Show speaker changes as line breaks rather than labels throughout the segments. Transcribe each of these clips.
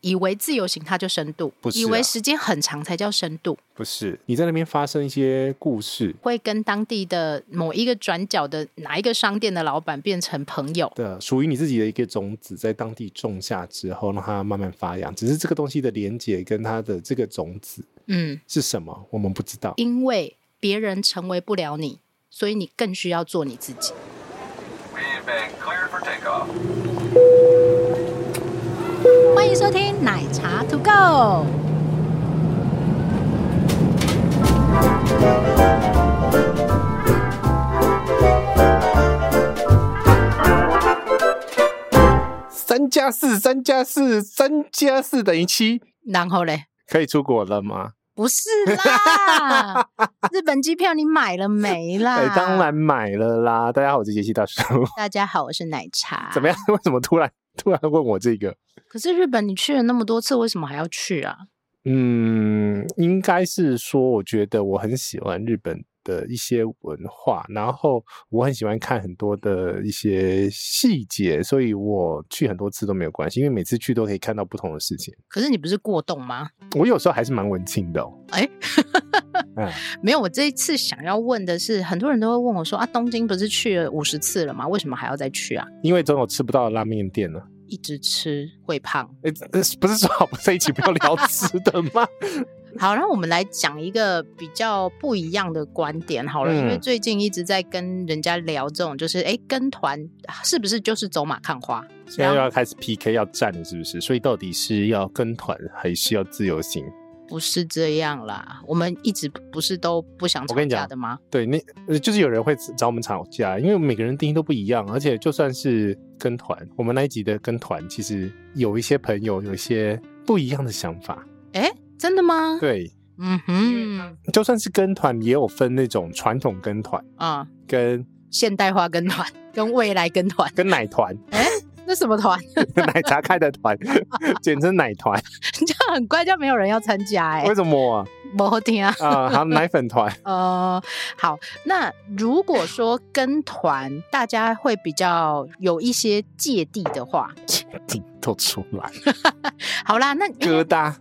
以为自由行它就深度，
不是啊
以为时间很长才叫深度，
不是你在那边发生一些故事
会跟当地的某一个转角的哪一个商店的老板变成朋友。
的，属于你自己的一个种子，在当地种下之后，让它慢慢发芽。只是这个东西的连接跟它的这个种子
嗯，
是什么，我们不知道。
因为别人成为不了你，所以你更需要做你自己。
We've been cleared for takeoff.
欢迎收听奶茶 To Go。
三加四，三加四，三加四等于七，
然后嘞，
可以出国了吗？
不是 啦，日本机票你买了没啦？
哎、当。然买了啦！大家好，我是杰西大 叔。
大家好，我是奶茶。
怎么样？为什么突然突然问我这个？
可是日本你去了那么多次，为什么还要去啊？
嗯，应该是说，我觉得我很喜欢日本的一些文化，然后我很喜欢看很多的一些细节，所以我去很多次都没有关系，因为每次去都可以看到不同的事情。
可是你不是过动吗？
我有时候还是蛮文青的、哦，
哎，
嗯，
没有，我这一次想要问的是，很多人都会问我说啊，东京不是去了五十次了吗？为什么还要再去啊？
因为总有吃不到的拉面店呢、
一直吃会胖。
诶呃不是说好不在一起不要聊吃的吗？
好，那我们来讲一个比较不一样的观点好了，因为
嗯
最近一直在跟人家聊这种，就是哎，跟团是不是就是走马看花？
现在又要开始 PK 要战了，是不是？所以到底是要跟团还是要自由行？
不是这样啦，我们一直不是都不想
我
吵
跟你
架
讲
的吗？
对，那呃就是有人会找我们吵架，因为每个人定义都不一样，而且就算是跟团，我们那一集的跟团，其实有一些朋友有一些不一样的想法。
哎，真的吗？
对，
嗯哼，
就算是跟团，也有分那种传统跟团、
啊、
跟
现代化跟团跟未来跟团，
跟奶团、
那什么团？
奶茶开的团， 简称奶团。
这样很乖，这样没有人要参加哎、
为什么啊？
不好听啊。
啊，还有奶粉团。
呃，好，那如果说跟团，大家会比较有一些芥蒂的话，
都出来，
好啦，那因
疙
为
瘩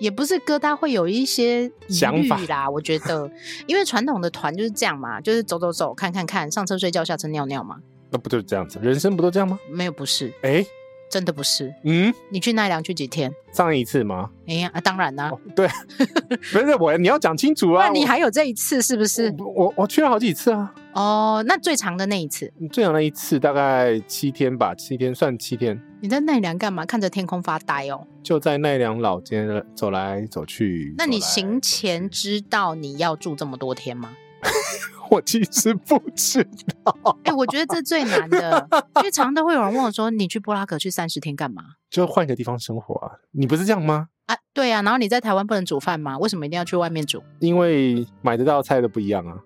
也不是疙瘩，会有一些疑
想
虑
法
啦。我觉得，因为传统的团就是这样嘛，就是走走走，看看看，上车睡觉，下车尿尿嘛。
那不就是这样子？人生不都这样吗？
没有，不是，
哎，
真的不是。
嗯，
你去奈良去几天？
上一次吗？
哎呀，啊当然啦、
哦，对，不是我，你要讲清楚啊！
那你
我
还有这一次是不是？
我我我去了好几次啊，
哦，那最长的那一次，
最长那一次大概七天吧，七天算七天，
你在奈良干嘛？看着天空发呆哦。
就在奈良老街走来走去。
那你
走来
行前
走
知
去
道你要住这么多天吗？
我其实不知 道，
哎、我觉得这最难的，因为常常都会有人问我说：“你去布拉格去三十天干嘛
就换个地方生活啊。你不是这样吗？？”
啊，对啊，然后你在台湾不能煮饭吗？为什么一定要去外面煮？
因为买得到的菜都不 一样啊。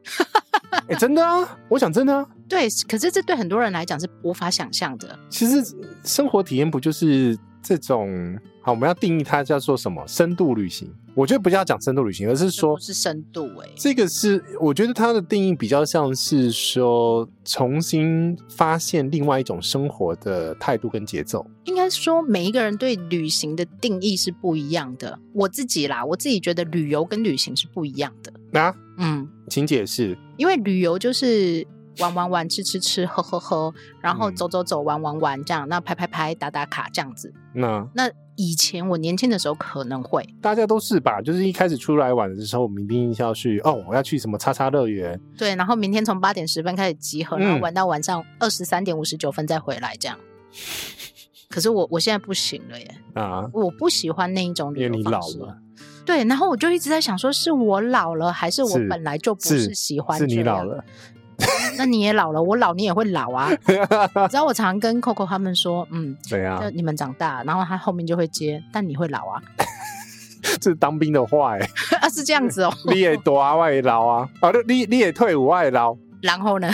哎、真的啊，我想真的啊。
对，可是这对很多人来讲是无法想象的。
其实生活体验不就是这种？好，我们要定义它叫做什么？深度旅行。我觉得不叫讲深度旅行，而是
这
说
不是深度哎、
这个是我觉得它的定义比较像是说重新发现另外一种生活的态度跟节奏。
应该说每一个人对旅行的定义是不一样的。我自己啦，我自己觉得旅游跟旅行是不一样的。
啊，
嗯，
请解释。
因为旅游就是。玩玩玩，吃吃吃，喝喝喝，然后
嗯
走走走，玩玩玩，这样，那拍拍拍，打打卡，这样子。
那
那以前我年轻的时候可能会，
大家都是吧？就是一开始出来玩的时候，我们一定要去哦，我要去什么叉叉乐园，
对，然后明天从八点十分开始集合，然后
嗯
玩到晚上二十三点五十九分再回来这样。可是我我现在不行了耶，
啊，
我不喜欢那一种旅
因为
游
你
方
老
式。
了，
对，然后我就一直在想，说是我老了，还是我
是
本来就不
是
喜欢？
是你老，了，
那你也老了，我老你也会老 啊。你知道我常跟 Coco 他们说，嗯，
对啊
就，你们长大，然后他后面就会接，但你会老啊，
这是当兵的话哎，
啊是这样子哦。
你也多啊，我也老啊，啊，你你也退伍，我也老
然后呢，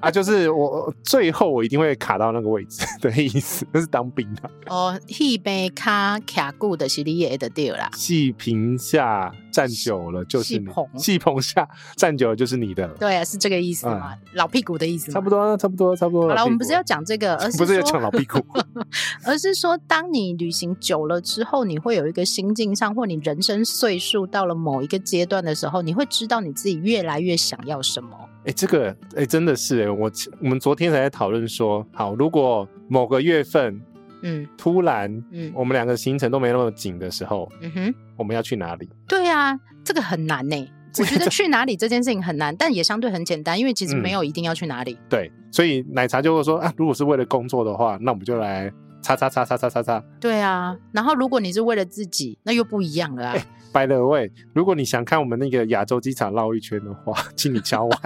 啊，就是我我最后我一定会卡到那个位置 的意思，那是当兵的。
哦，一杯卡卡固的是你也的 deal 啦。
细评下站久了就是你
戏棚
戏棚下站久了就是你的了，
对，啊是这个意思嘛？老屁股的意思嘛。
啊差不。多，啊差不多，差不多。
好了，
老
我们
屁
不是
股
要讲这 个，而是
不是要
说
讲老屁股，
而是说，当你旅行久了之后，你会有一个心境上，或你人生岁数到了某一个阶段的时候，你会知道你自己越来越想要什么。
哎、这个哎、真的是哎、我我们昨天才在讨论说，好，如果某个月份
嗯
突然
嗯
我们两个行程都没那么紧的时候，
嗯哼，
我们要去哪里？
对啊，这个很难呢、欸我 觉得去哪里这件事情很难，但也相对很简单，因为其实
嗯
没有一定要去哪里。
对，所以奶茶就会说啊，如果是为了工作的话，那我们就来叉叉叉叉叉叉叉
对啊，然后如果你是为了自己，那又不一样了啊。
by the way，如果你想看我们那个亚洲机场绕一圈的话， 请你敲碗。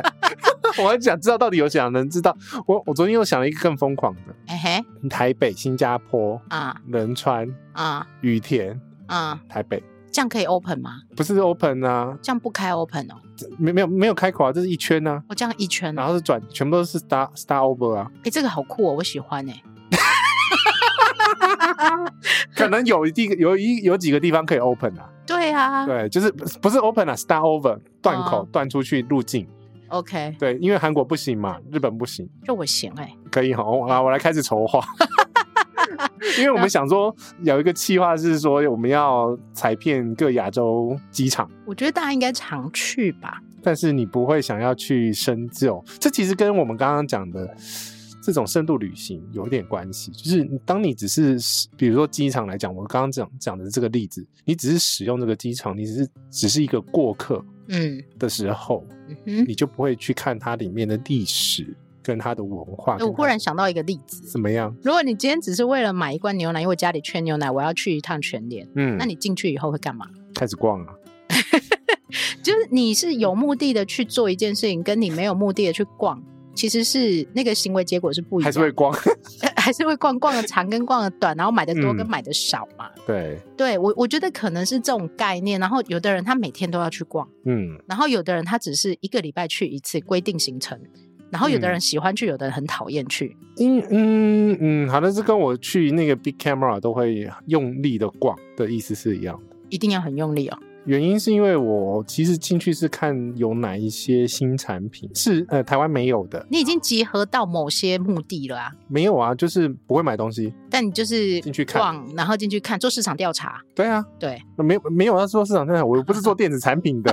我很想知道到底有想能知道。我我昨天又想了一个更疯狂的，
哎、嘿，
台北、新加坡、
啊
仁川、
啊
羽田、
啊，
台北，
这样可以 open 吗？
不是 open 啊，
这样不开 open 哦，
没没有没有开口啊，这是一圈啊，
我这样一圈
然
哦，
后是转，全部都是 star star over 啊，
哎、这个好酷哦，我喜欢哎、
可能有一地有一有几个地方可以 open 啊，
对啊
对，就是不是 open 啊，star over 断口
哦
断出去路径，
，OK，
对，因为韩国不行嘛，日本不行，
就我行哎、
可以哈，我啊，我来开始 筹划。因为我们想说有一个计划是说我们要踩遍各亚洲机场，
我觉得大家应该常去吧。
但是你不会想要去深究。这其实跟我们刚刚讲的这种深度旅行有一点关系，就是当你只是比如说机场来讲，我刚刚讲讲的这个例子，你只是使用这个机场，你只是只是一个过客
嗯
的时候，
嗯哼，
你就不会去看它里面的历史跟它的文化。
哎我忽然想到一个例子
怎，么样？
如果你今天只是为了买一罐牛奶，因为我家里缺牛奶，我要去一趟全联，
嗯，
那你进去以后会干嘛？
开始逛啊。
就是你是有目的的去做一件事情，跟你没有目的的去逛。其实是那个行为结果是不一
还
样
是
的，
会光。
还是会逛逛的长跟逛的短，然后买的多跟
嗯
买的少嘛。
对，
对我，我觉得可能是这种概念。然后有的人他每天都要去逛，
嗯，
然后有的人他只是一个礼拜去一次规定行程，然后有
嗯
的人喜欢去，有的人很讨厌去。
因嗯嗯，好像是跟我去那个 Big Camera 都会用力的逛的意思是一样的。
一定要很用力哦。
原因是因为我其实进去是看有哪一些新产品是呃台湾没有的，
你已经集合到某些目的了啊，
没有啊，就是不会买东西。
但你就是
进去看
逛，然后进去看，做市场调查，
对啊，
对，
没有没有要做市场调查，我又不是做电子产 品的，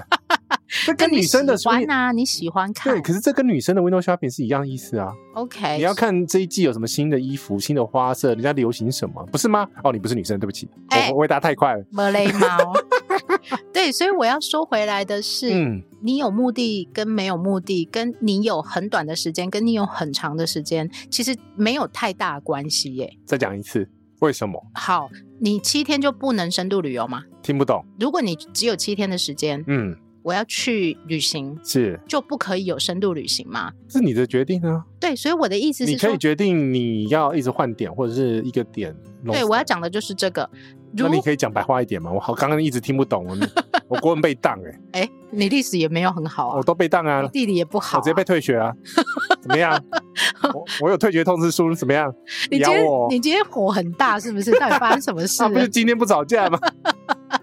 这跟
你
女生的
喜欢
win-
啊，你喜欢看，
对，可是这跟女生的 window shopping 是一样意思啊。
OK，
你要看这一季有什么新的衣服、新的花色，人家流行什么，不是吗？哦，你不是女生，对不起，
哎
我我回答太快了。
没雷毛。 对，所以我要说回来的是，
嗯，
你有目的跟没有目的，跟你有很短的时间，跟你有很长的时间，其实没有太大关系耶。
再讲一次，为什么
好，你七天就不能深度旅游吗？
听不懂？
如果你只有七天的时间，
嗯，
我要去旅行，
是
就不可以有深度旅行吗？
是你的决定啊，
对，所以我的意思
你
是
可
说
以，决定你要一直换点或者是一个点。
对我要，讲的就是这个。
那
如
你可以讲白话一点吗？我好，刚刚一直听不 懂，我我国文被当哎、
哎、你历史也没有很好啊
我，都被当啊
你，地理也不好、
我
啊，
直接被退学啊，怎 么样？我我有退学通知书，怎么样？
你今
咬
天
我
你今天火很大是不是？到底发生什么 事啊
那啊不
了
是？今天不吵架吗？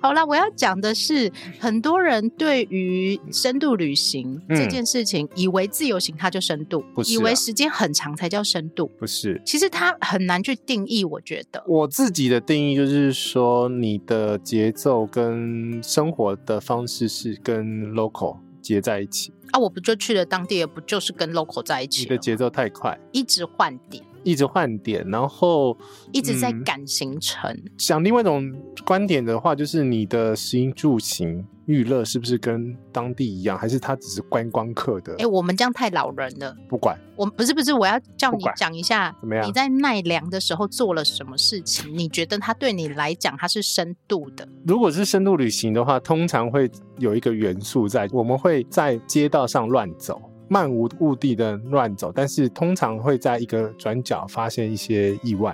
好啦，我要讲的是，很多人对于深度旅行
嗯
这件事情，以为自由行它就深度，
不是啊
以为时间很长才叫深度，
不是。
其实它很难去定义。我觉得，
我自己的定义就是说，你的节奏跟生活的方式是跟 local 结在一起，
啊，我不就去了当地，不就是啊跟 local 在一
你
起
的
了，
节奏太快。
一直换点，
一直换点，然后
一直在
嗯
赶行程。
讲另外一种观点的话，就是你的食衣住行娱乐是不是跟当地一样，还是它只是观光客的？
哎、我们这样太老人了。
不管
我不是不是，我要叫
不
你
管
讲一下
怎么，样
你在奈良的时候做了什么事情？你觉得它对你来讲它是深度的？
如果是深度旅行的话，通常会有一个元素在，我们会在街道上乱走。漫无目的的乱走，但是通常会在一个转角发现一些意外，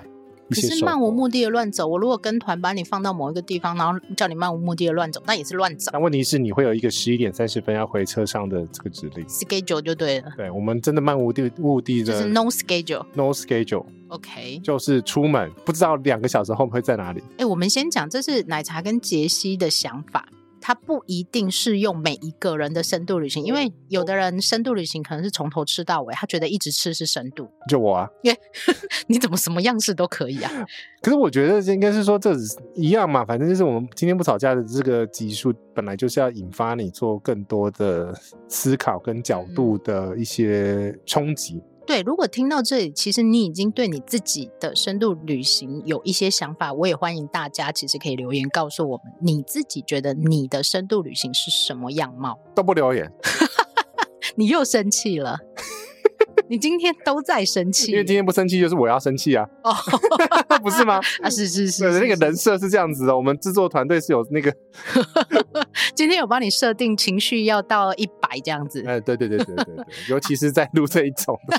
一
可
些
是
收
漫无
获
目的的乱走，我如果跟团把你放到某一个地方，然后叫你漫无目的的乱走，那也是乱走
但问题是，你会有一个十一点三十分要回车上的这个指令。
，schedule 就对了，
对我们真的漫无地目的
就
的
是 no schedule。
no schedule，
OK，
就是出门不知道两个小时后会在哪里。
哎、我们先讲这是奶茶跟杰西的想法，它不一定适用每一个人的深度旅行，因
哦
为有的人深度旅行可能是从头吃到尾，他觉得一直吃是深度。
就我啊。
你怎么什么样式都可以啊？
可是我觉得这应该是说这只是一样嘛，反正就是我们今天不吵架的这个集数，本来就是要引发你做更多的思考跟角度的一些冲击。
对，如果听到这里，其实你已经对你自己的深度旅行有一些想法，我也欢迎大家其实可以留言告诉我们，你自己觉得你的深度旅行是什么样貌？
都不留言，
你又生气了， 你今天都在生气
因为今天不生气就是我要生气啊，
哦，
不是吗？
啊是是是
对，
是
那个
是
人设是这样子的，我们制作团队是有那个，
今天有帮你设定情绪要到一百这样子。
呃，对对对对对对，尤其是在录这一种的，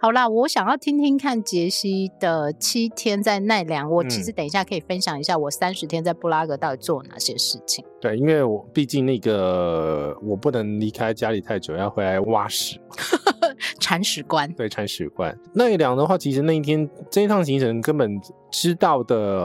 好啦，我想要听听看杰西的七天在奈良，我其
嗯
实等一下可以分享一下我三十天在布拉格到底做了哪些事情。
对，因为我毕竟那个我不能离开家里太久，要回来挖屎，
铲屎官，
对，铲屎官。奈良的话，其实那一天这一趟行程根本知道的，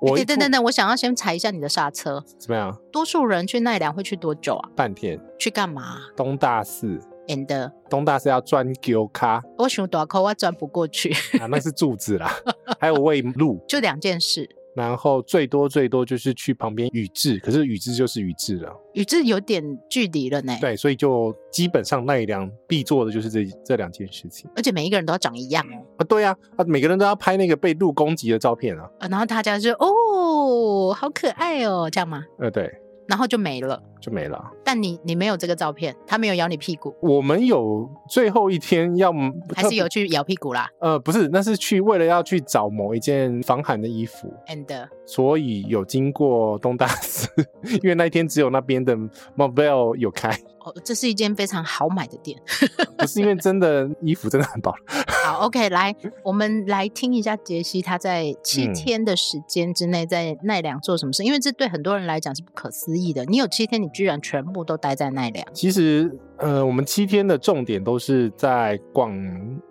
我一
哎对等
吐
等等，我想要先踩一下你的刹车。
怎么样？
多数人去奈良会去多久啊？
半天
去干嘛
东大寺，
？and
东大寺要钻牛咖
我想短扣我转不过去，
啊，那是柱子啦， 还有喂鹿，
就两件事。
然后最多最多就是去旁边宇治，可是宇治就是宇治了，
与这有点距离了呢，
对，所以就基本上奈良必做的就是这这两件事情
而且每一个人都要长一样哦，
啊，对啊，啊，每个人都要拍那个被鹿攻击的照片啊，
呃然后大家就哦，好可爱哦，这样吗？
呃，对，
然后就没了。
就没了。
但你你没有这个照片，他没有咬你屁股，
我们有最后一天要
还是有去咬屁股啦
呃，不是，那是去为了要去找某一件防寒的衣服，
？and
所以有经过东大寺， 因为那一天只有那边的 Mobile 有开，
哦，这是一间非常好买的店。
不是因为真的衣服真的很薄，
好，OK，来，我们来听一下杰西他在七
嗯
天的时间之内在奈良做什么事，因为这对很多人来讲是不可思议的。你有七天，你居然全部都待在奈良，
其实，呃，我们七天的重点都是在逛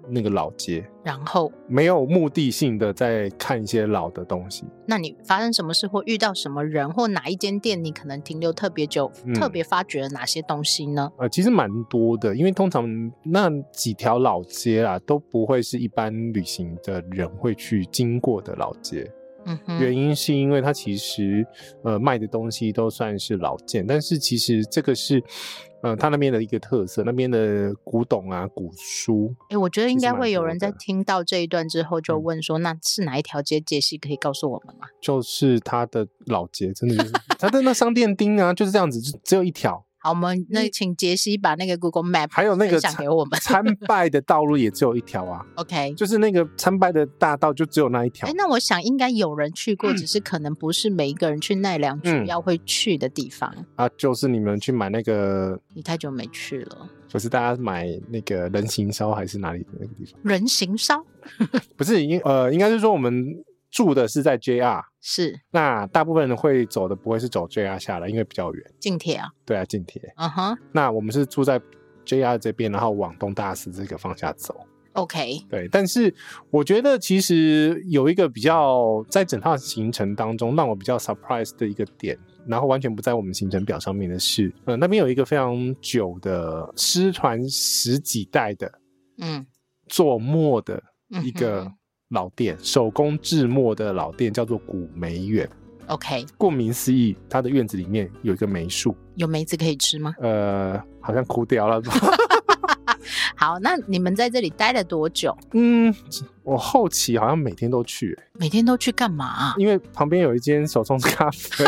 那个老街，
然后，
没有目的性的在看一些老的东西。
那你发生什么事或遇到什么人或哪一间店，你可能停留特别久，
嗯
特别发掘了哪些东西呢？
呃，其实蛮多的，因为通常那几条老街啦，都不会是一般旅行的人会去经过的老街。
嗯哼，
原因是因为它其实呃卖的东西都算是老件，但是其实这个是呃它那边的一个特色，那边的古董啊、古书，
诶，我觉得
其
应
实
该
蛮
会有
多
人在
的
听到这一段之后就
嗯
问说，那是哪一条街？杰西可以告诉我们吗？
就是它的老街，真的就是它的那商店町啊，就是这样子，就只有一条，
好，我们那请杰西把那个 Google Map
还有那个
分享
餐
给我们
参拜的道路也只有一条啊，
，OK。
就是那个参拜的大道就只有那一条
哎，。那我想应该有人去过，只是可能不是每一个人去奈良主
嗯
要会去的地方。
啊，就是你们去买那个，
你太久没去了，
就是大家买那个人形烧还是哪里的那个地方？
人形烧
不是，应呃，应该是说我们住的是在 JR，
是
那大部分人会走的不会是走 JR 下来，因为比较远。
近铁啊，
对啊，近铁。
嗯哼
那我们是住在 JR 这边，然后往东大寺这个方向走。
，OK，
对，但是我觉得其实有一个比较在整趟行程当中让我比较 surprise 的一个点，然后完全不在我们行程表上面的是，呃，那边有一个非常久的失传十几代的
嗯，
做墨的
嗯
一个
哼
老店，手工制墨的老店叫做古梅园。
OK，
顾名思义，它的院子里面有一个梅树，
有梅子可以吃吗？
呃，好像枯掉了。
好，那你们在这里待了多久？
嗯，我后期好像每天都去、
每天都去干嘛啊、
因为旁边有一间手冲咖啡，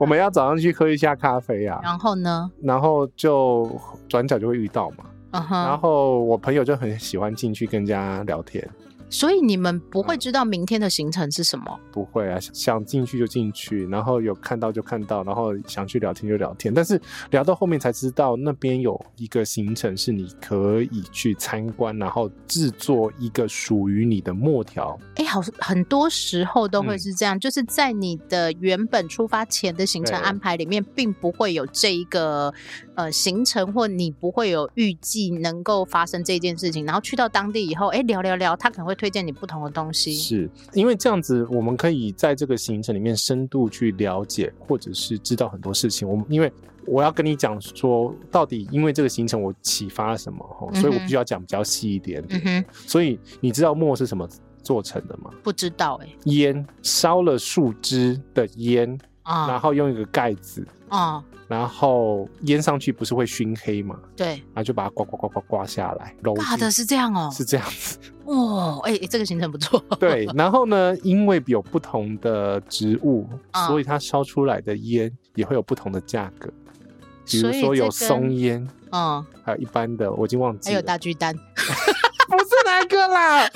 我们要早上去喝一下咖啡啊，
然后呢？
然后就转角就会遇到嘛。
嗯哼，
然后我朋友就很喜欢进去跟人家聊天，
所以你们不
嗯
会知道明天的行程是什么？
不会啊，想进去就进去，然后有看到就看到，然后想去聊天就聊天，但是聊到后面才知道那边有一个行程是你可以去参观，然后制作一个属于你的墨条。
哎，好，很多时候都会
嗯
是这样，就是在你的原本出发前的行程
对
安排里面，并不会有这一个呃行程，或你不会有预计能够发生这件事情。然后去到当地以后，哎，聊聊聊，他可能会推荐你不同的东西。
是因为这样子，我们可以在这个行程里面深度去了解，或者是知道很多事情。我们因为我要跟你讲说，到底因为这个行程我启发了什么，吼所以我
嗯哼
必须要讲比较细一点点。
嗯哼，
所以你知道墨是什么做成的吗？
不知道哎、
烟烧了树枝的烟，然
啊
后用一个盖子，
啊，
然后烟上去不是会熏黑嘛，
对，
然后就把它刮刮刮刮刮下来，揉
尬的
进。
是这样哦、
是这样子，
哦，哎、这个行程不错。
对。 然后呢，因为有不同的植物，
啊
所以它烧出来的烟也会有不同的价格。比
所
如
以
说
这
有
跟
松烟，
嗯，
还有一般的，我已经忘记
还
了。
有大巨蛋。
不是哪一个啦？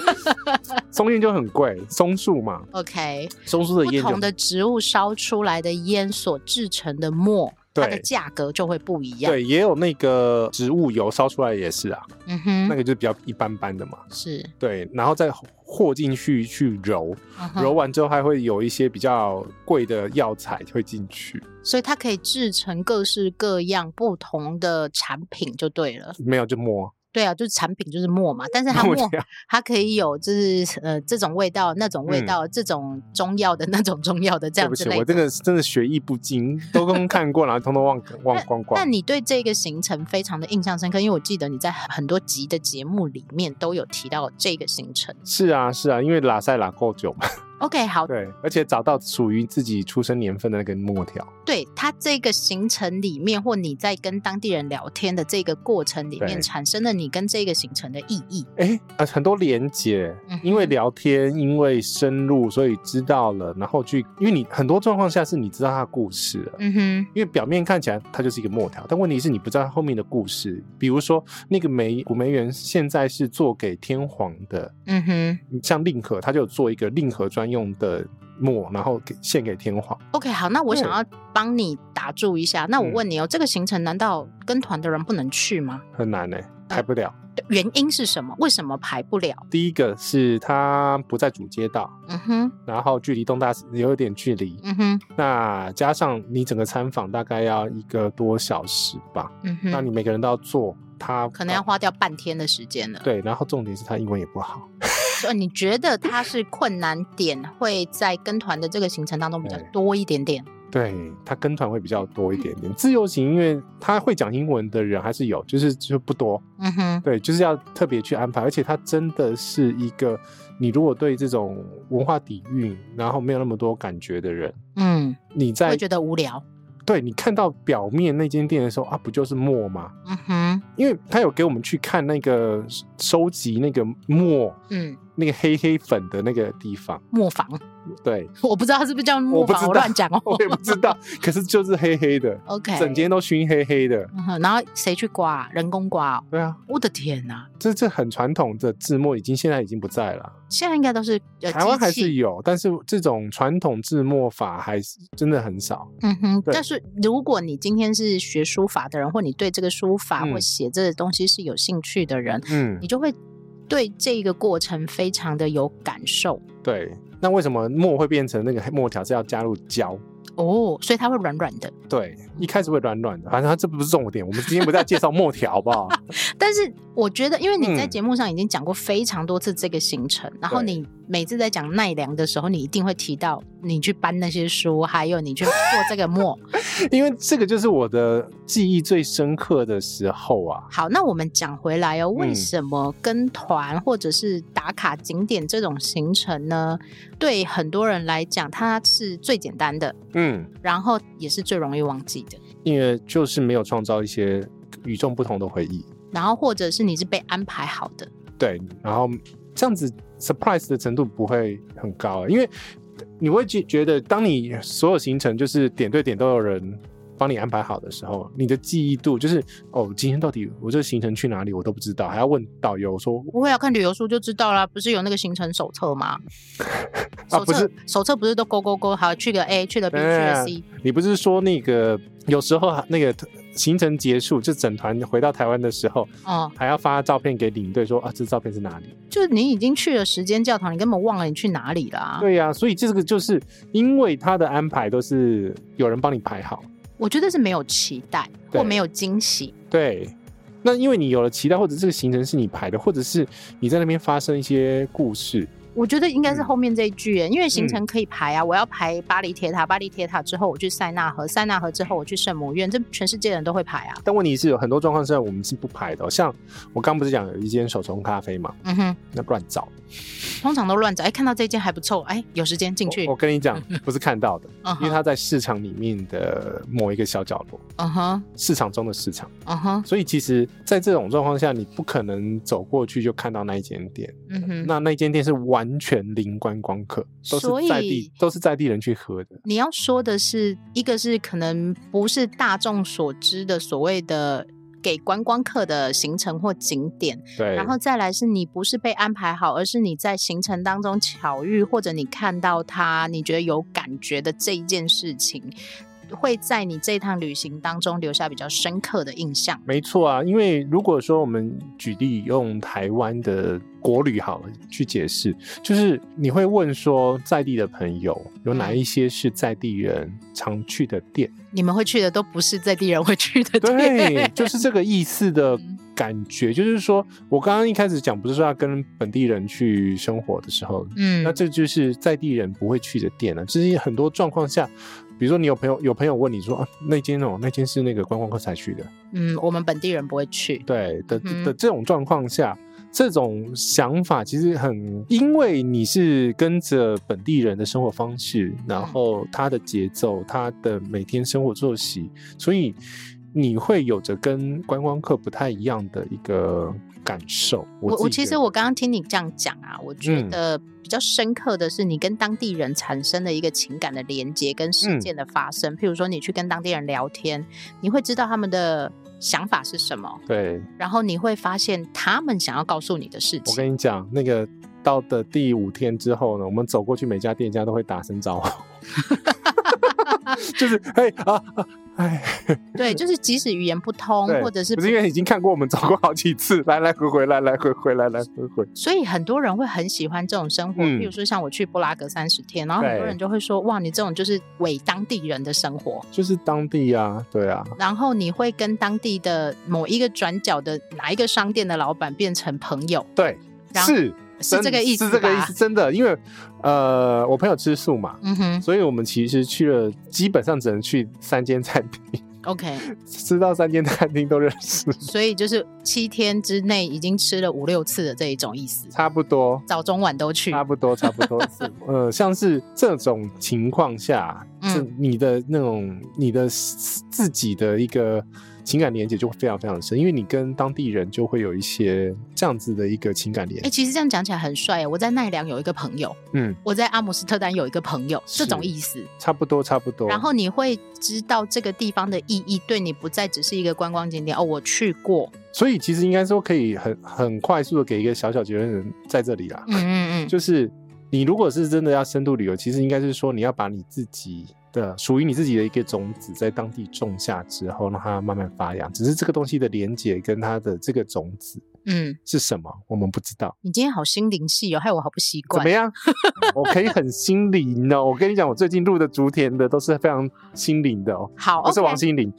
松烟就很贵，松树嘛，
OK，
松树的
不
烟就
同的植物烧出来的烟所制成的墨，它的
对
价格就会不一样。
对，也有那个植物油烧出来也是啊，
嗯
那
哼，
个就比较一般般的嘛。
是。
对，然后再和进去去揉，
嗯哼
揉完之后还会有一些比较贵的药材会进去，
所以它可以制成各式各样不同的产品就对了。
没有就磨
对啊，就是产品就是墨嘛，但是它
磨
墨
掉。
它可以有就是呃这种味道、那种味
嗯
道、这种中药的那种中药的这
对
样
不
之
起，
类
我这个真的学艺不精，都刚看过，然后通通忘忘光光。
但你对这个行程非常的印象深刻，因为我记得你在很多集的节目里面都有提到这个行程。
是啊，是啊，因为拉塞拉够久嘛，
OK，好，
对，而且找到属于自己出生年份的那个墨条，
对它这个行程里面，或你在跟当地人聊天的这个过程里面，
对
产生了你跟这个行程的意义。
哎、呃，很多连结，因为
嗯哼
聊天，因为深入，所以知道了，然后去，因为你很多状况下是你知道他的故事了。
嗯哼，
因为表面看起来它就是一个墨条，但问题是你不知道它后面的故事。比如说，那个梅古梅园现在是做给天皇的，
嗯哼。
像令和，它就有做一个令和专用的墨，然后给献给天皇。
OK，好，那我想
对
要帮你打住一下。那我
嗯
问你哦，这个行程难道跟团的人不能去吗？
很难呢、排不了。
对原因是什么？为什么排不了？
第一个是它不在主街道，
嗯哼，
然后距离东大寺有一点距离，
嗯哼，
那加上你整个参访大概要一个多小时吧，
嗯
那
哼，
你每个人都要做，他
可能要花掉半天的时间了。
对，然后重点是他英文也不好，
所以你觉得它是困难点会在跟团的这个行程当中比较
对
多一点点？
对他跟团会比较多一点点。自由行因为他会讲英文的人还是有，就是就不多，
嗯哼，
对，就是要特别去安排，而且它真的是一个你如果对这种文化底蕴，然后没有那么多感觉的人，
嗯，
你在
会觉得无聊。
对你看到表面那间店的时候啊，不就是墨吗？
嗯哼，
因为他有给我们去看那个收集那个墨。
嗯，
那个黑黑粉的那个地方，
磨坊，
对
我不知道是不是叫磨
我不
坊，
知
我
道
乱讲
我
哦。
也不知 道，可是就是黑黑的，
OK，
整间都熏黑黑的。
嗯哼，然后谁去刮？人工刮哦？
对啊，
我的天哪！
这这很传统的字墨，已经现在已经不在了。
现在应该都是呃
台湾
机
还
器
是有，但是这种传统字墨法还是真的很少。
嗯哼，
对
但是如果你今天是学书法的人，或你对这个书法或
嗯
写这个东西是有兴趣的人，
嗯
你，就会对这个过程非常的有感受
对。那为什么墨会变成那个黑墨条是要加入胶？
哦，所以它会软软的。
对，一开始会软软的，反正它这不是重点。我们今天不在介绍墨条，好不好？
但是我觉得，因为你在
嗯
节目上已经讲过非常多次这个行程，然后
对
你每次在讲奈良的时候，你一定会提到你去搬那些书，还有你去做这个 墨。
因为这个就是我的记忆最深刻的时候啊。
好，那我们讲回来哦，为
嗯
什么跟团或者是打卡景点这种行程呢？对很多人来讲，它是最简单的，
嗯，
然后也是最容易忘记的。
因为就是没有创造一些与众不同的回忆，
然后或者是你是被安排好的，
对，然后这样子 surprise 的程度不会很高，啊因为你会觉觉得，当你所有行程就是点对点都有人帮你安排好的时候，你的记忆度就是哦，今天到底我这个行程去哪里我都不知道，还要问导游说
不会啊，看旅游书就知道啦。不是有那个行程手册吗？
啊
手
不
册
是啊
手册不是都勾勾勾，好去个 A，去了 B，去了 C，
你不是说那个有时候那个行程结束，就整团回到台湾的时候，
哦、
还要发照片给领队说啊，这照片是哪里？
就是你已经去了时间教堂，你根本忘了你去哪里啦。
对呀、所以这个就是因为他的安排都是有人帮你排好，
我觉得是没有期待或
对
没有惊喜。
对，那因为你有了期待，或者这个行程是你排的，或者是你在那边发生一些故事，
我觉得应该是
嗯
后面这一句耶，因为行程可以排啊，我要排巴黎铁塔，巴黎铁塔之后我去塞纳河，塞纳河之后我去圣母院，这全世界人都会排啊。
但问题是有很多状况是我们是不排的哦、像我刚不是讲有一间手冲咖啡嘛，
嗯哼，
那乱找。
通常都乱找，哎，看到这间还不错，哎，有时间进去
我我，跟 你讲，不是看到的，
嗯
因为
哼，
它在市场里面的某一个小角落，
嗯哼，
市场中的市场。
嗯哼，
所以其实，在这种状况下，你不可能走过去就看到那一间店。
嗯哼。
那那一间店是完全零观光客，都
所以
是在地都是在地人去喝的。
你要说的是，一个是可能不是大众所知的所谓的给观光客的行程或景点，
对，
然后再来是你不是被安排好，而是你在行程当中巧遇或者你看到它，你觉得有感觉的这一件事情，会在你这趟旅行当中留下比较深刻的印象。
没错啊，因为如果说我们举例用台湾的国旅好了去解释，就是你会问说在地的朋友有哪一些是在地人常去的店，
你们会去的都不是在地人会去的
对，
店，
就是这个意思的感觉。就是说我刚刚一开始讲，不是说要跟本地人去生活的时候，
嗯
那这就是在地人不会去的店了、就是很多状况下，比如说你有朋友有朋友问你说、啊、那间哦，那间是那个观光客才去的，
嗯，我们本地人不会去，
对的
嗯哼
的这种状况下，这种想法其实很，因为你是跟着本地人的生活方式，
嗯
然后他的节奏，他的每天生活作息，所以你会有着跟观光客不太一样的一个感受。
我
我
我
自己
其
觉
实
得
我刚刚听你这样讲啊，我觉
嗯
得比较深刻的是你跟当地人产生的一个情感的连接跟事
嗯
件的发生。譬如说，你去跟当地人聊天，你会知道他们的想法是什么，
对
然后你会发现他们想要告诉你的事
我
情。
跟你讲那个。到的第五天之后呢，我们走过去每家店家都会打声 招呼， 就是 嘿啊啊哎，
对，就是即使语言不通，
对
或者是
不是因为已经看过我们走过好几次，来来回回，来来回回，来来回回。
所以很多人会很喜欢这种生活。譬如
嗯
说，像我去布拉格三十天，然后很多
对
人就会说：“哇，你这种就是伪当地人的生活。”
就是当地啊，对啊，
然后你会跟当地的某一个转角的哪一个商店的老板变成朋友，
对，
然后
是
是
真
这个意思
是这个意
吧
思，真的，因为呃，我朋友吃素嘛，
嗯哼
所以我们其实去了，基本上只能去三间餐厅，
，OK，
吃到三间餐厅都认识，
所以就是七天之内已经吃了五六次的这一种意思，
差不多，
早中晚都去
差。不多，差不多是，呃，像是这种情况下，
嗯
是你的那种你的自己的一个情感连接就会非常非常深，因为你跟当地人就会有一些这样子的一个情感连
哎、，其实这样讲起来很帅耶。我在奈良有一个朋友，
嗯，
我在阿姆斯特丹有一个朋友，这种
是哦
意思。
差不多，差不多。
然后你会知道这个地方的意义，对你不再只是一个观光景点哦。我去过，
所以其实应该说可以很很快速的给一个小小结论在这里啦，
嗯嗯嗯，
就是你如果是真的要深度旅游，其实应该是说你要把你自己的属于你自己的一个种子在当地种下之后，让它慢慢发芽。只是这个东西的连接跟它的这个种子
嗯，
是什么，我们不知道。
你今天好心灵系哦，害我好不习
怎
惯
么。样？我可以很心灵哦。我跟你讲，我最近录的竹田的都是非常心灵的哦，
好，
不是
OK
王心凌。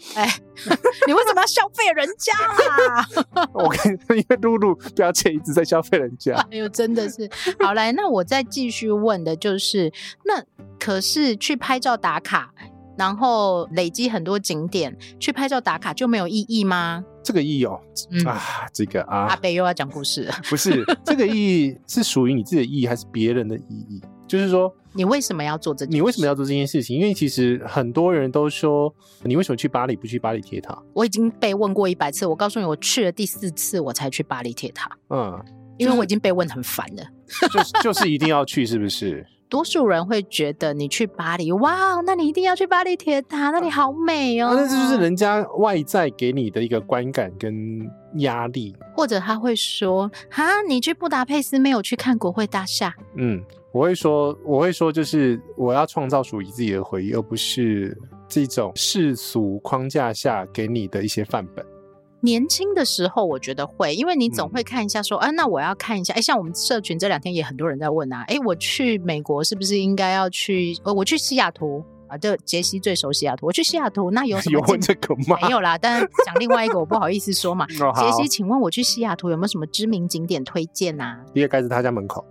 你为什么要消费人家啊啦？
我跟 因为露露不要介一直在消费人 家。
哎呦，真的是。好来，那我再继续问的就是，那可是去拍照打卡，然后累积很多景点，去拍照打卡就没有意义吗？
这个意义哦，
嗯，
啊，这个
阿
啊，
北又要讲故事了，
不是这个意义是属于你自己的意义还是别人的意义？就是说，
你为什么要做这？
你为什么？要做这件事情？因为其实很多人都说，你为什么去巴黎不去巴黎铁塔？
我已经被问过一百次，我告诉你，我去了第四次我才去巴黎铁塔，
嗯，
因为
就是
我已经被问很烦了。
就是就是一定要去，是不是？
多数人会觉得你去巴黎，哇，那你一定要去巴黎铁塔，那里好美哦。
啊，那这就是人家外在给你的一个观感跟压力。
或者他会说：“哈，你去布达佩斯没有去看国会大厦
嗯，我会说，我会说，就是我要创造属于自己的回忆，而不是这种世俗框架下给你的一些范本。？”
年轻的时候，我觉得会，因为你总
嗯
会看一下说：“啊，那我要看一下。”哎，像我们社群这两天也很多人在问啊：“哎，我去美国是不是应该要去？呃，我去西雅图，啊，就杰西最熟西雅图，我去西雅图，那有什
有
么
问
近？
这个吗？
没有啦，但讲另外一个我不好意思说嘛。
哦
杰
好
西，请问我去西雅图有没有什么知名景点推荐啊？
第二该是他家门口。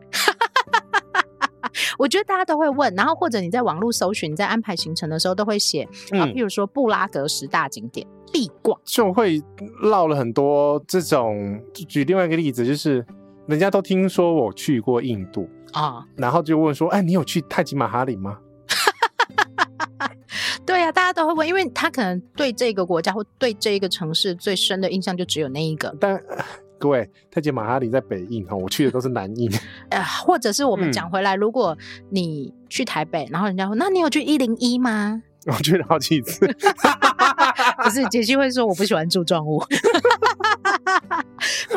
我觉得大家都会问，然后或者你在网络搜寻，在安排行程的时候都会写啊，
嗯
譬，如说布拉格十大景点必逛。
就会唠了很多这种。举另外一个例子，就是人家都听说我去过印度，
啊、
然后就问说：“哎，你有去泰姬玛哈里吗
对啊，大家都会问，因为他可能对这个国家或对这一个城市最深的印象就只有那一个？”，
但 呃各位，泰姬玛哈里在北印哈，我去的都是南印。
呃，或者是我们
嗯
讲回来，如果你去台北，然后人家说，那你有去一零一吗？
我去了好几次，啊
不是，杰西会说我不喜欢柱状物。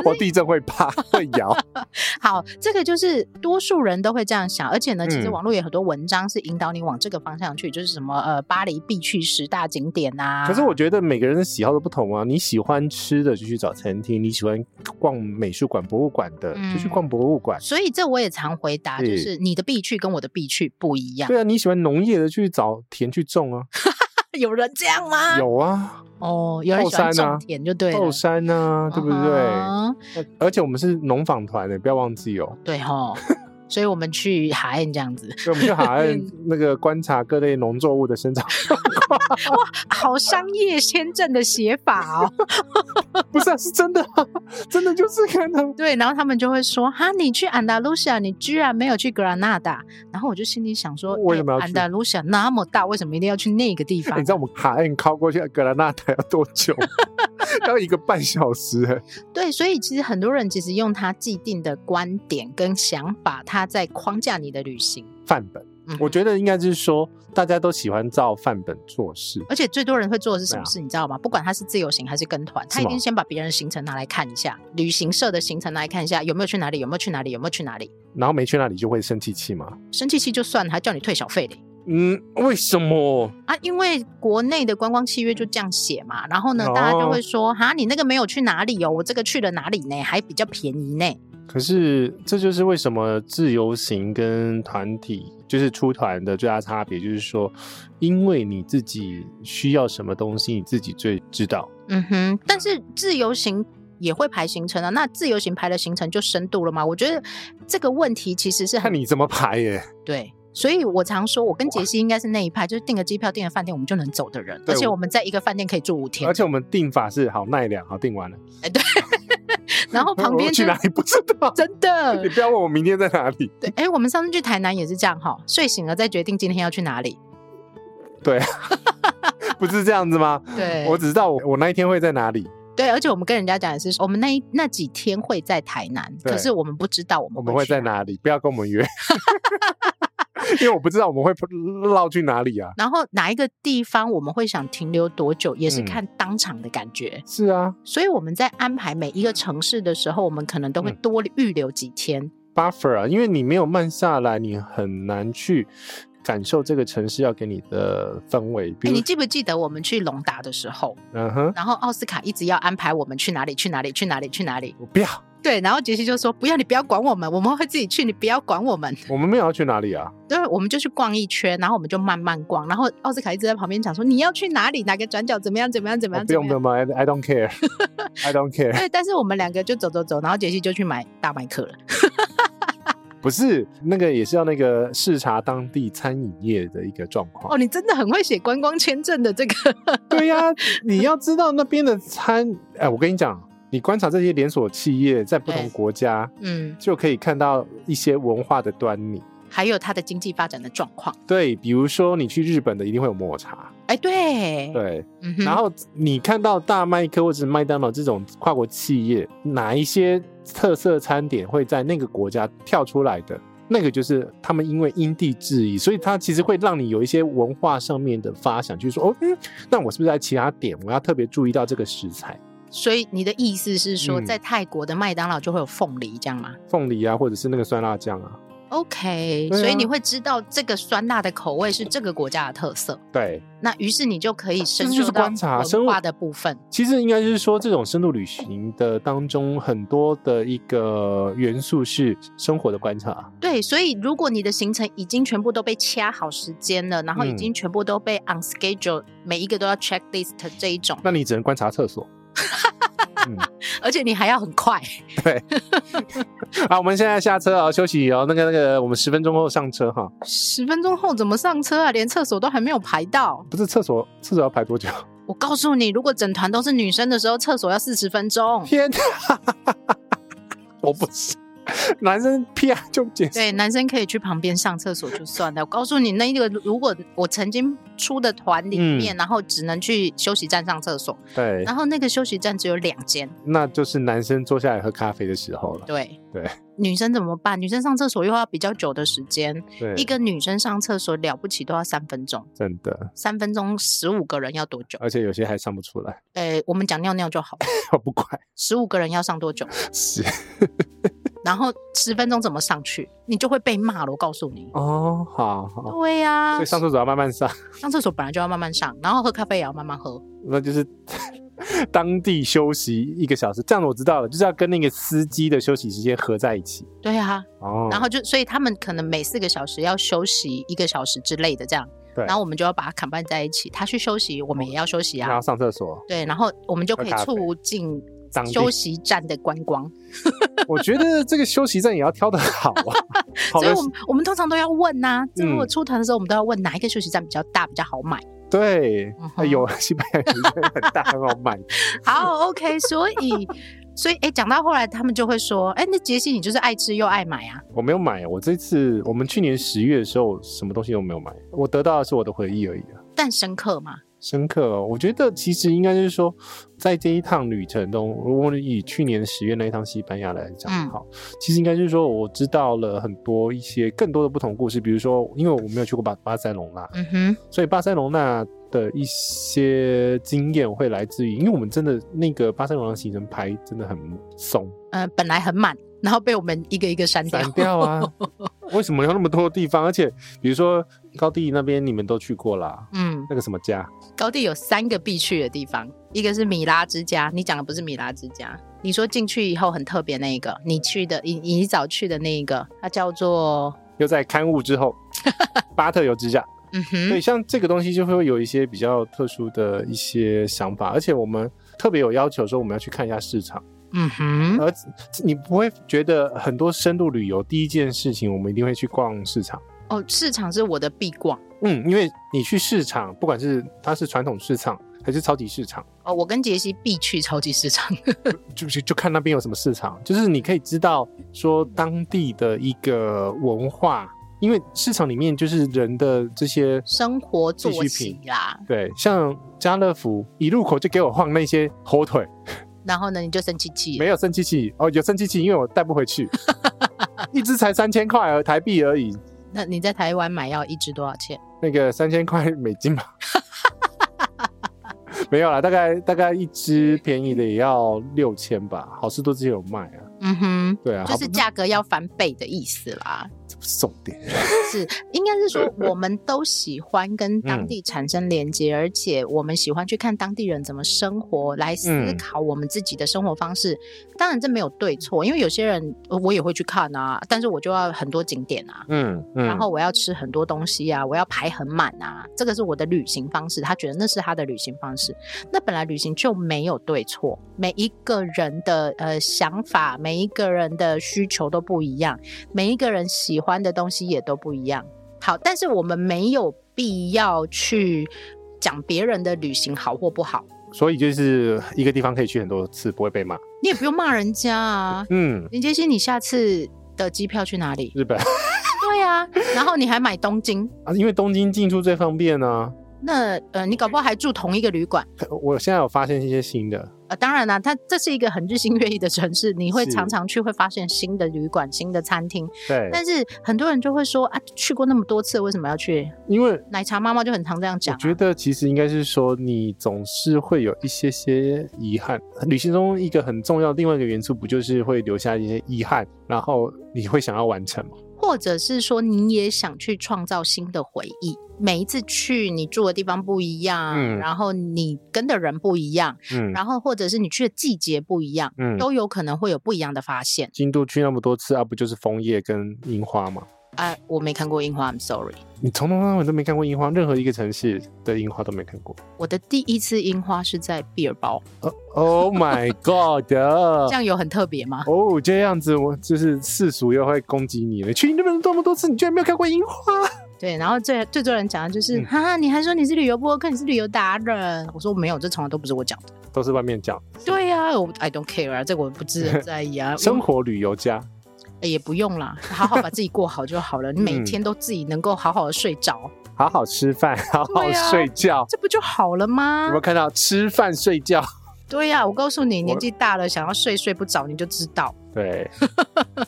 我地震会 怕，会摇。
好，这个就是多数人都会这样想，而且呢，其实
嗯
网络有很多文章是引导你往这个方向去，就是什么呃，巴黎必去十大景点啊。
可是我觉得每个人的喜好都不同啊，你喜欢吃的就去找餐厅，你喜欢逛美术馆、博物馆的就去
嗯
逛博物馆。
所以这我也常回答，
是
就是你的必去跟我的必去不一样。
对啊，你喜欢农业的去找田去种啊，
有人这样吗？
有啊，
哦，有人喜欢
后山啊
种田就对了，
豆山啊，对不对？
嗯哼
而且我们是农访团的，不要忘记哦。
对吼，所以我们去海岸这样子，啊
所以我们去海岸那个观察各类农作物的生长，
好商业先正的写法哦。
不是、啊、是真的、啊，真的就是看到
对，然后他们就会说：“哈，你去安达卢西亚，你居然没有去格拉纳达。”然后我就心里想说：“
为什么要去哎
安达卢西亚那么大，为什么一定要去那个地
欸你
方
知道我们海岸靠过去格兰纳达要多久？ 要一个半小时、欸。？”
对，所以其实很多人其实用他既定的观点跟想法，他在框架你的旅行。
范本
嗯，
我觉得应该就是说，大家都喜欢照范本做事。
而且最多人会做的是什么
对啊
事，你知道吗？不管他是自由行还是跟团，他
是
一
吗
定先把别人的行程拿来看一下，旅行社的行程拿来看一下，有没有去哪里，有没有去哪里，有没有去哪里。
然后没去那里就会生气气嘛？
生气气就算了，还叫你退小费嘞。
嗯，为什么？
啊，因为国内的观光契约就这样写嘛，然后呢，
哦
大家就会说，哈，你那个没有去哪里哦，我这个去了哪里呢，还比较便宜呢。
可是这就是为什么自由行跟团体就是出团的最大差别，就是说，因为你自己需要什么东西，你自己最知道。
嗯哼，但是自由行也会排行程啊，那自由行排的行程就深度了嘛？我觉得这个问题其实是
看
很
你怎么排耶、
对。所以我常说，我跟杰西应该是那一派，就是订个机票、订个饭店，我们就能走的人。
对
而且
我啊
我们在一个饭店可以住五天
而，且我们定法是好奈良，好定完了，
然后哦旁边
我去
就。
哪里不知道
真的
你不要问我明天在哪里，
对。哎，我们上次去台南也是这样哈，睡醒了再决定今天要去哪里。
不是这样子吗？
对，
我只知道我我那一天会在哪里，
对，而且我们跟人家讲的是，我们那一那几天会在台南，
对
可是我们不知道我们
我们会
去
在
哪。
哪里，不要跟我 们约， 因为我不知道我们会绕去哪里啊。
然后哪一个地方我们会想停留多久，也是
嗯
看当场的感觉。
是啊，
所以我们在安排每一个城市的时候，我们可能都会
嗯
多预留几天。
buffer 啊，因为你没有慢下来，你很难去感受这个城市要给你的氛围。比
哎，
如
你，记不记得我们去隆达的时候，
嗯哼，
然后奥斯卡一直要安排我们去哪里去哪里去哪里去哪里？
我不要，
对，然后杰西就说：“不要，你不要管我们，我们会自己去，你不要管我们。”
我们没有要去哪里啊？
对，我们就去逛一圈，然后我们就慢慢逛，然后奥斯卡一直在旁边讲说你要去哪里，哪个转角怎么样怎么样怎么
我
样
哦不
怎么
用
样。
的吗？I I don't care，I don't care。
对，但是我们两个就走走走，然后杰西就去买大麦克了。
不是那个，也是要那个视察当地餐饮业的一个状况。
哦，你真的很会写观光签证的这个
对呀、你要知道那边的餐，哎，我跟你讲，你观察这些连锁企业在不
对
同国家，
嗯，
就可以看到一些文化的端倪。
还有它的经济发展的状况。
对，比如说你去日本的一定会有抹茶，
哎，对，
对，
嗯哼
然后你看到大麦克或者麦当劳这种跨国企业，哪一些特色餐点会在那个国家跳出来的？那个就是他们因为因地制宜，所以它其实会让你有一些文化上面的发想，就是说，哦，嗯，那我是不是在其他点我要特别注意到这个食材，
所以你的意思是说，
嗯
在泰国的麦当劳就会有凤梨这样吗？
凤梨啊，或者是那个酸辣酱啊？
OK，、
对啊
所以你会知道这个酸辣的口味是这个国家的特色。
对，
那于是你就可以深
这就
入
是
到
观察
文化的部分。
其实应该就是说，这种深度旅行的当中，很多的一个元素是生活的观察。
对，所以如果你的行程已经全部都被掐好时间了，然后已
嗯
经全部都被 on schedule，、每一个都要 check list 这一种，
那你只能观察厕所。嗯，
而且你还要很快。
好，我们现在下车啊，休息哦。那个那个，我们十分钟后上车哈。
十分钟后怎么上车啊？连厕所都还没有排到。
不是厕所，厕所要排多久？
我告诉你，如果整团都是女生的时候，厕所要四十分钟。
天哪！ 我不是男生，啪就结束。
对，男生可以去旁边上厕所就算了。我告诉你，那一个如果我曾经出的团里面，然后只能去休息站上厕所，
嗯对，
然后那个休息站只有两间，
那就是男生坐下来喝咖啡的时候了。
对
对。
女生怎么办？女生上厕所又要比较久的时间，
对，
一个女生上厕所了不起都要三分钟，
真的，
三分钟十五个人要多久？
而且有些还上不出来，
诶、我们讲尿尿就好，
我不管。
十五个人要上多久？
是
然后十分钟怎么上去，你就会被骂了。我告诉你，
哦，好好。
对呀、
所以上厕所要慢慢上，
上厕所本来就要慢慢上，然后喝咖啡也要慢慢喝。
那就是 当地休息一个小时。这样我知道了，就是要跟那个司机的休息时间合在一起。
对啊，
哦，
然后就所以他们可能每四个小时要休息一个小时之类的这样，
对
然后我们就要把它砍拌在一起，他去休息，我们也要休息
然
啊
后，上厕所，
对，然后我们就可以
喝咖啡
促进
当地
休息站的观光，
我觉得这个休息站也要挑得好啊。 好
所以
的
我，们我们通常都要问呐、就如果
嗯
出团的时候，我们都要问哪一个休息站比较大比较好买。
对
嗯，哼
哎有西班牙人真的很大，很好卖。
好，OK，所以。所以，哎，讲到后来，他们就会说，哎，那杰西你就是爱吃又爱买啊，
我没有买，我这次我们去年十月的时候，什么东西都没有买，我得到的是我的回忆而已啊。
但深刻嘛，
深刻、哦，我觉得其实应该就是说，在这一趟旅程中，如果你以去年十月那一趟西班牙来讲
嗯，
好，其实应该就是说，我知道了很多一些更多的不同故事，比如说，因为我没有去过巴巴塞隆纳，
嗯哼，
所以巴塞隆纳的一些经验会来自于，因为我们真的那个巴塞隆纳的行程排真的很松，
呃，本来很满，然后被我们一个一个删掉，
散掉啊！ 为什么要那么多地方？而且比如说高地那边你们都去过啦，
嗯，
那个什么家，
高地有三个必去的地方，一个是米拉之家，你讲的不是米拉之家，你说进去以后很特别那一个，你去的你你一早去的那一个，它叫做
又在刊物之后，巴特有支架。
嗯
对，
哼，
像这个东西就会有一些比较特殊的一些想法，而且我们特别有要求说我们要去看一下市场，
嗯哼，
而你不会觉得很多深度旅游第一件事情我们一定会去逛市场。
哦，市场是我的必逛
嗯，因为你去市场，不管是它是传统市场还是超级市场，
哦，我跟杰西必去超级市 场，
就就就看那边有什么市场，就是你可以知道说当地的一个文化，因为市场里面就是人的这些
生活作
必需
息
品
啦，
对，像家乐福一入口就给我晃那些火腿，
然后呢你就生气气了
没，有生气气哦，有生气气，因为我带不回去，一只才三千块而台币而已，
那你在台湾买要一支多少钱？
那个三千块美金吧。 没有啦，大概大概一只便宜的也要六千吧，好事多之前有卖啊，
嗯哼。
对啊，
就
好
是
不
价格要翻倍的意思啦，
这不是重点，
是应该是说我们都喜欢跟当地产生连接，而且我们喜欢去看当地人怎么生活，来思
嗯
考我们自己的生活方式。当然这没有对错，因为有些人呃我也会去看啊，但是我就要很多景点啊，
嗯嗯，
然后我要吃很多东西啊，我要排很满啊，这个是我的旅行方式。他觉得那是他的旅行方式，那本来旅行就没有对错，每一个人的呃想法，每一个人的需求都不一样，每一个人喜欢的东西也都不一样。好，但是我们没有必要去讲别人的旅行好或不好，
所以就是一个地方可以去很多次，不会被骂。
你也不用骂人家啊。
嗯，
林杰西，你下次的机票去哪里？
日本
对啊，然后你还买东京，
啊，因为东京进出最方便啊。
那呃，你搞不好还住同一个旅馆。
我现在有发现一些新的，
呃，当然啦，它这是一个很日新月异的城市，你会
是
常常去，会发现新的旅馆、新的餐厅。
对，
但是很多人就会说啊，去过那么多次，为什么要去？
因为
奶茶妈妈就很常这样讲
我
啊、
觉得其实应该是说，你总是会有一些些遗憾。旅行中一个很重要的另外一个元素，不就是会留下一些遗憾，然后你会想要完成吗？
或者是说你也想去创造新的回忆。每一次去，你住的地方不一样，
嗯
然后你跟的人不一样，
嗯
然后或者是你去的季节不一样，
嗯，
都有可能会有不一样的发现。
京都去那么多次啊，不就是枫叶跟樱花吗？
哎、我没看过樱花，I'm sorry。
你从头到尾都没看过樱花，任何一个城市的樱花都没看 过。
我的第一次樱花是在毕尔包，
Oh my god！
这样有很特别吗？
哦，这样子我就是世俗又会攻击你了。去你那边多么多次，你居然没有看过樱花？
对，然后最最多人讲的就是
嗯
哈、你还说你是旅游博客，你是旅游达人。我说没有，这从来都不是我讲的。
都是外面讲。
对呀、我 I don't care 啊，这个我不自然在意啊
生活旅游家，
欸也不用啦，好好把自己过好就好了。你每
嗯
天都自己能够好好的睡着，
好好吃饭， 好好
对啊
睡觉。
这不就好了
有
吗
没有？看到吃饭 睡觉？
对呀、我告诉你，年纪大了想要睡睡不着，你就知道。
对，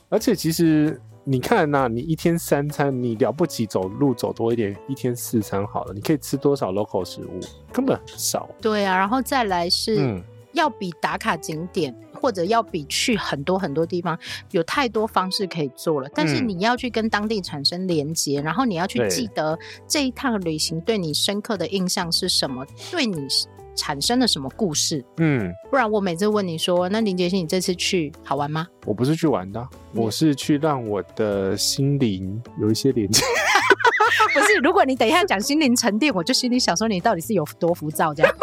而且其实你看呐、你一天三餐，你了不起走路走多一点，一天四餐好了，你可以吃多少 local 食物？根本很少。
对啊，然后再来是、
嗯，
要比打卡景点，或者要比去很多很多地方，有太多方式可以做了。但是
嗯
你要去跟当地产生连接，然后你要去
对
记得这一趟旅行对你深刻的印象是什么，对你是产生了什么故事。
嗯，
不然我每次问你说，那林杰星，你这次去好玩吗？
我不是去玩的啊，
嗯
我是去让我的心灵有一些连接。
不是，如果你等一下讲心灵沉淀，我就心里想说你到底是有多浮躁这样。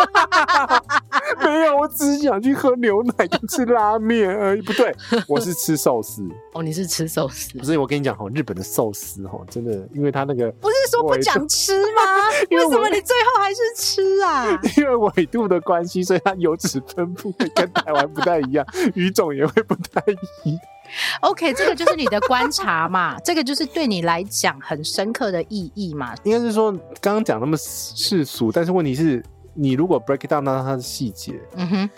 没有，我只是想去喝牛奶跟吃拉面而已。不对，我是吃寿司。
哦，你是吃寿司
不，是，我跟你讲哦，日本的寿司哦，真的，因为它那个
不是说不讲吃吗？
因
为
为
什
我
么你最后还是吃啊？
因为纬度的关系，所以它油脂分布会跟台湾不太一样，鱼种也会不太一样。
OK，这个就是你的观察嘛，这个就是对你来讲很深刻的意义嘛。
应该是说，刚刚讲那么世俗，但是问题是，你如果 break down 到它的细节，
嗯哼，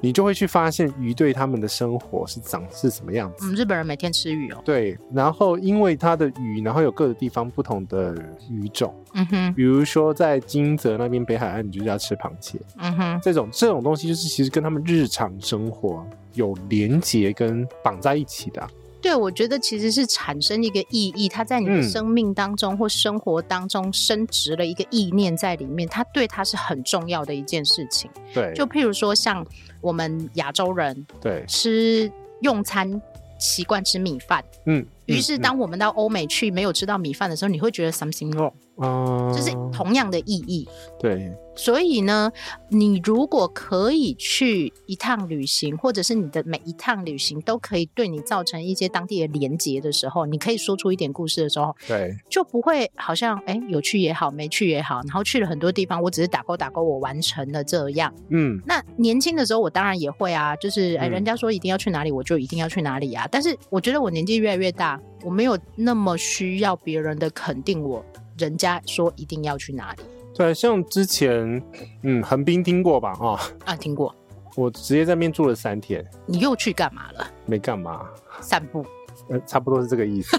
你就会去发现鱼对他们的生活是长是什么样
我
子。
们日本人每天吃鱼哦。
对，然后因为它的鱼，然后有各个地方不同的鱼种，
嗯哼，
比如说在金泽那边北海岸，你就是要吃螃蟹，
嗯哼，
这种这种东西就是其实跟他们日常生活有连结跟绑在一起的啊、
对，我觉得其实是产生一个意义，它在你的
嗯
生命当中或生活当中升值了一个意念在里面，它对它是很重要的一件事情。
对，
就譬如说，像我们亚洲人
对，
吃用餐习惯吃米饭，
嗯。
于是当我们到欧美去没有吃到米饭的时候，你会觉得 something wrong，
嗯，嗯
就是同样的意义。
对，
所以呢，你如果可以去一趟旅行，或者是你的每一趟旅行都可以对你造成一些当地的连结的时候，你可以说出一点故事的时候，
对，
就不会好像哎有去也好，没去也好，然后去了很多地方，我只是打勾打勾，我完成了这样。
嗯，
那年轻的时候，我当然也会啊，就是哎，
嗯
人家说一定要去哪里，我就一定要去哪里啊。但是我觉得我年纪越来越大，我没有那么需要别人的肯定我，人家说一定要去哪里
对，像之前，嗯，横滨听过吧？啊、
啊，听过。
我直接在那边住了三天，
你又去干嘛了？
没干嘛，
散步。
呃，差不多是这个意 思，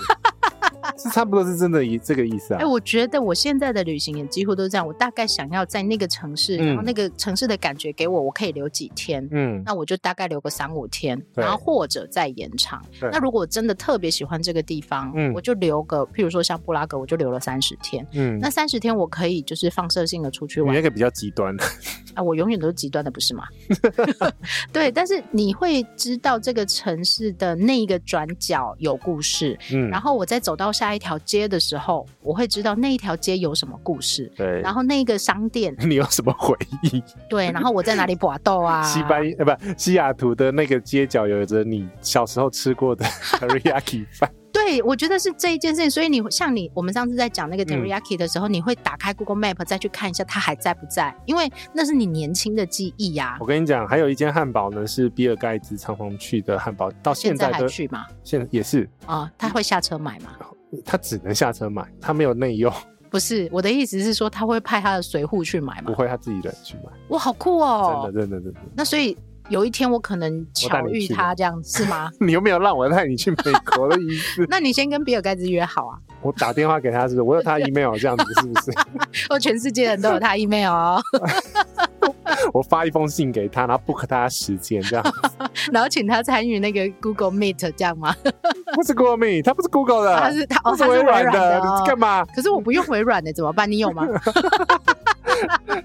是差不多是真的一这个意思啊
哎、。我觉得我现在的旅行也几乎都是这样。我大概想要在那个城市，然后
嗯
那个城市的感觉给我，我可以留几天。
嗯，
那我就大概留个三五天，
对
然后或者再延长。
对
那如果真的特别喜欢这个地方，
嗯
我就留个，譬如说像布拉格，我就留了三十天。
嗯，
那三十天我可以就是放射性的出去
你
玩
那个比较极端，
啊，我永远都是极端的，不 是吗？对，但是你会知道这个城市的那一个转角有故事，
嗯，
然后我在走到下一条街的时候，我会知道那一条街有什么故事，
对，
然后那个商店
你有什么回忆？
对，然后我在哪里搏斗啊？
西班牙呃不，西雅图的那个街角有着你小时候吃过的 teriyaki 饭，
对，我觉得是这一件事情。所以你像你，我们上次在讲那
嗯
个 teriyaki 的时候，你会打开 Google Map 再去看一下它还在不在，因为那是你年轻的记忆呀、
我跟你讲，还有一间汉堡呢，是比尔盖茨常常去的汉堡，到现
现
在嗯
在还
都
去吗？
现也是，
啊、他会下车买吗？
他只能下车买，他没有内用，
不是，我的意思是说他会派他的随护去买
不
吗？
会他自己人去买，
哇，好酷
真的
哦！
真的真的。
那所以有一天我可能
带
巧
你
遇
去
他，这样是 吗？？
你有没有让我带你去美国的意思
那你先跟比尔盖茨约好啊！
我打电话给他是不是，我有他 email 这样子是不是？
哦，全世界人都有他 email 哦，
我发一封信给他，然后 book 他时间这样。
然后请他参与那个 Google Meet 这样吗？
不是 Google Meet，它不啊是 Google 的，
它是它哦它
它
是
微
微
软
软的哦
你干嘛？
可是我不用微软的，怎么办？你有吗？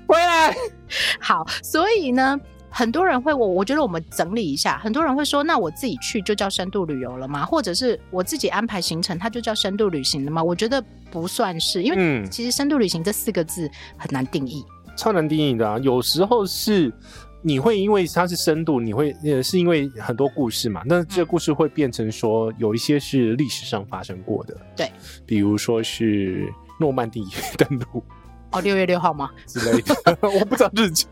回来，
好，所以呢，很多人会我我觉得我们整理一下，很多人会说，那我自己去就叫深度旅游了吗？或者是我自己安排行程，它就叫深度旅行了吗？我觉得不算是，因为
嗯，
其实深度旅行这四个字很难定义。
超难定义的、啊。有时候是你会因为它是深度，你会呃是因为很多故事
嗯
嘛，那这个故事会变成说有一些是历史上发生过的，
对，
比如说是诺曼底登陆
哦，六月六号吗？
之类的， 我不知道日期。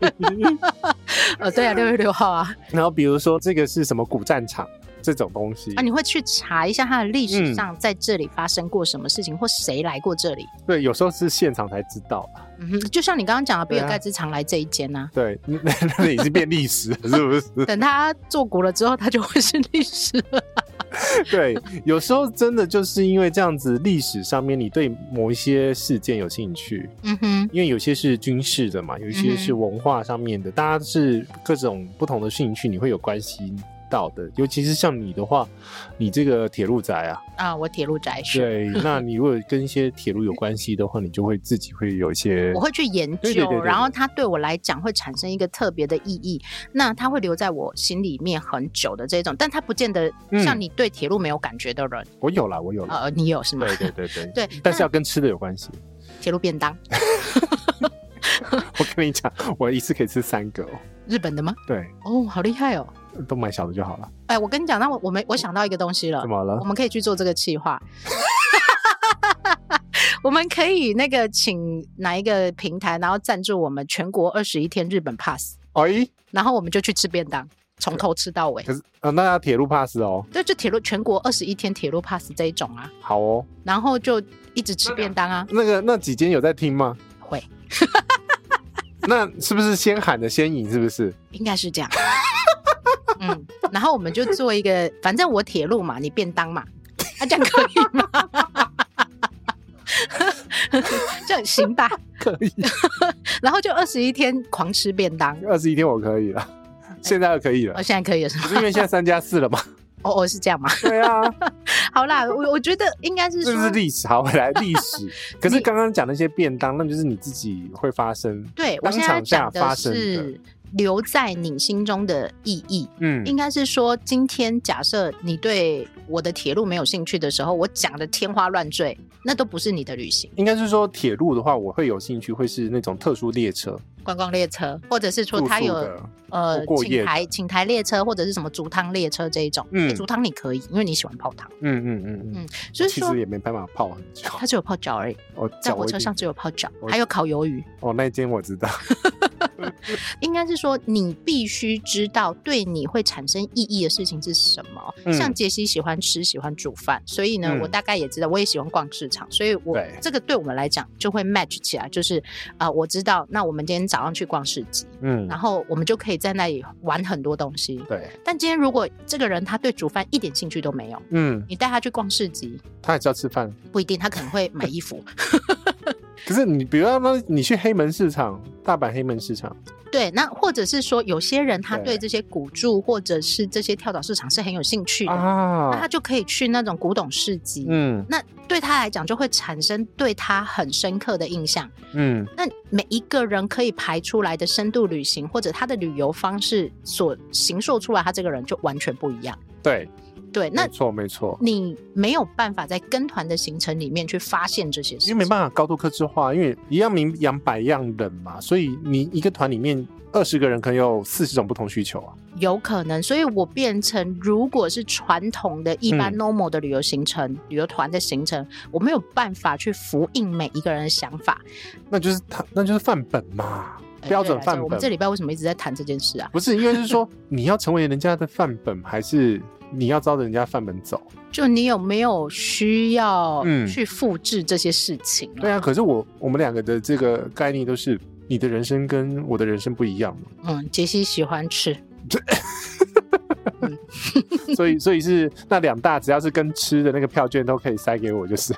呃，对 啊，六月六号啊。
然后比如说这个是什么古战场这种东西
啊，你会去查一下它的历史
嗯
上在这里发生过什么事情，或谁来过这里。
对，有时候是现场才知道。
嗯哼，就像你刚刚讲的，比
对啊
尔盖茨常来这一间呐、
对， 那那已经变历史了，是 不是？
等他做古了之后，他就会是历史了。
对，有时候真的就是因为这样子，历史上面你对某一些事件有兴趣，
嗯哼，
因为有些是军事的嘛，有一些
嗯
是文化上面的，大家是各种不同的兴趣，你会有关系到的。尤其是像你的话，你这个铁路宅啊，
啊，我铁路宅是。
对，那你如果跟一些铁路有关系的话，你就会自己会有一些
我，会去研究，
对对对对
然后它对我来讲会产生一个特别的意义，那它会留在我心里面很久的这种，但它不见得
嗯
像你对铁路没有感觉的人，
我有啦，我有啦，
呃，你有是吗？
对对对 对。
对，
但是
那
要跟吃的有关系，
铁路便当，
我跟你讲，我一次可以吃三个哦。
日本的吗？
对，
哦，好厉害哦！
都买小的就好了。
哎，我跟你讲，那我我们我想到一个东西了
怎，么了
我？们可以去做这个企划。 我们可以那个请哪一个平台，然后赞助我们全国二十一天日本 pass，
哎，
然后我们就去吃便当，从头吃到尾。
可是啊，那要铁路 pass 哦，
对，就铁路全国二十一天铁路 pass 这一种啊，
好哦。
然后就一直吃便当啊，
那个那几间有在听吗？
会
那是不是先喊的先赢？是不是？
应该是这样。嗯，然后我们就做一个，反正我铁路嘛，你便当嘛，啊，这样可以吗？ 这样行吧，
可以，
然后就二十一天狂吃便当，
二十一天我可以了， 现在可以了
哦，，现在可以了是吗
不？是因为现在三加四 了吗？
哦哦，是这样吗？
对啊，
好啦，我我觉得应该是
这
说，
是历史，好，回来历 史。可是刚刚讲那些便当，那就是你自己会发生，
对我
当
现在
场下
讲
发
的
生的，
是留在你心中的意义。
嗯，
应该是说，今天假设你对我的铁路没有兴趣的时候，我讲的天花乱坠，那都不是你的旅行。
应该是说铁路的话，我会有兴趣，会是那种特殊列车，
观光列车，或者是说
住
它
宿
有
的，
呃
过夜
请台请台列车，或者是什么竹汤列车这一种。
嗯
诶竹汤你可以，因为你喜欢泡汤，
嗯嗯嗯嗯
嗯，所以
其
说
实也没办法泡很 久。
它只有泡脚而已，
我
在
脚
火
我已
车
经
上只有泡脚，
我
还有烤鱿鱼。
哦，那一间我 知道，
应该是说你必须知道对你会产生意义的事情是什么。
嗯
像杰西喜欢吃，喜欢煮饭，所以呢，
嗯
我大概也知道，我也喜欢逛市场，所以我
对
这个对我们来讲就会 match 起来，就是啊、呃我知道，那我们今天早上去逛市集，
嗯，
然后我们就可以在那里玩很多东西。
对，
但今天如果这个人他对煮饭一点兴趣都没有，
嗯，
你带他去逛市集
他还是要吃饭。
不一定，他可能会买衣服。
可是你，比如说你去黑门市场，大阪黑门市场，
对，那或者是说有些人他
对
对这些古著或者是这些跳蚤市场是很有兴趣的。那
啊
他，就可以去那种古董市集。
嗯
那对他来讲，就会产生对他很深刻的印象。
嗯，
那每一个人可以排出来的深度旅行，或者他的旅游方式所形塑出来，他这个人就完全不一样。
对，
对，那
没错没错，
你没有办法在跟团的行程里面去发现这些事
因
情，
为没办法高度克制化，因为一样名养百样人嘛，所以你一个团里面二十个人可能有四十种不同需求啊，
有可能，所以我变成如果是传统的一般
嗯
normal 的旅游行程、旅游团的行程，我没有办法去服应每一个人的想法。
那就是他那就是范本嘛，
哎
标
对
准
啦
范
这我们
本
这礼拜为什么一直在谈这件事啊？
不是应该是说你要成为人家的范本，还是你要照着人家范 本走？
就你有没有需要
嗯
去复制这些事情、
对，啊，可是我我们两个的这个概念都是你的人生跟我的人生不一样嘛。
嗯，杰西喜欢吃，
所以所以是那两大，只要是跟吃的那个票券都可以塞给我，就是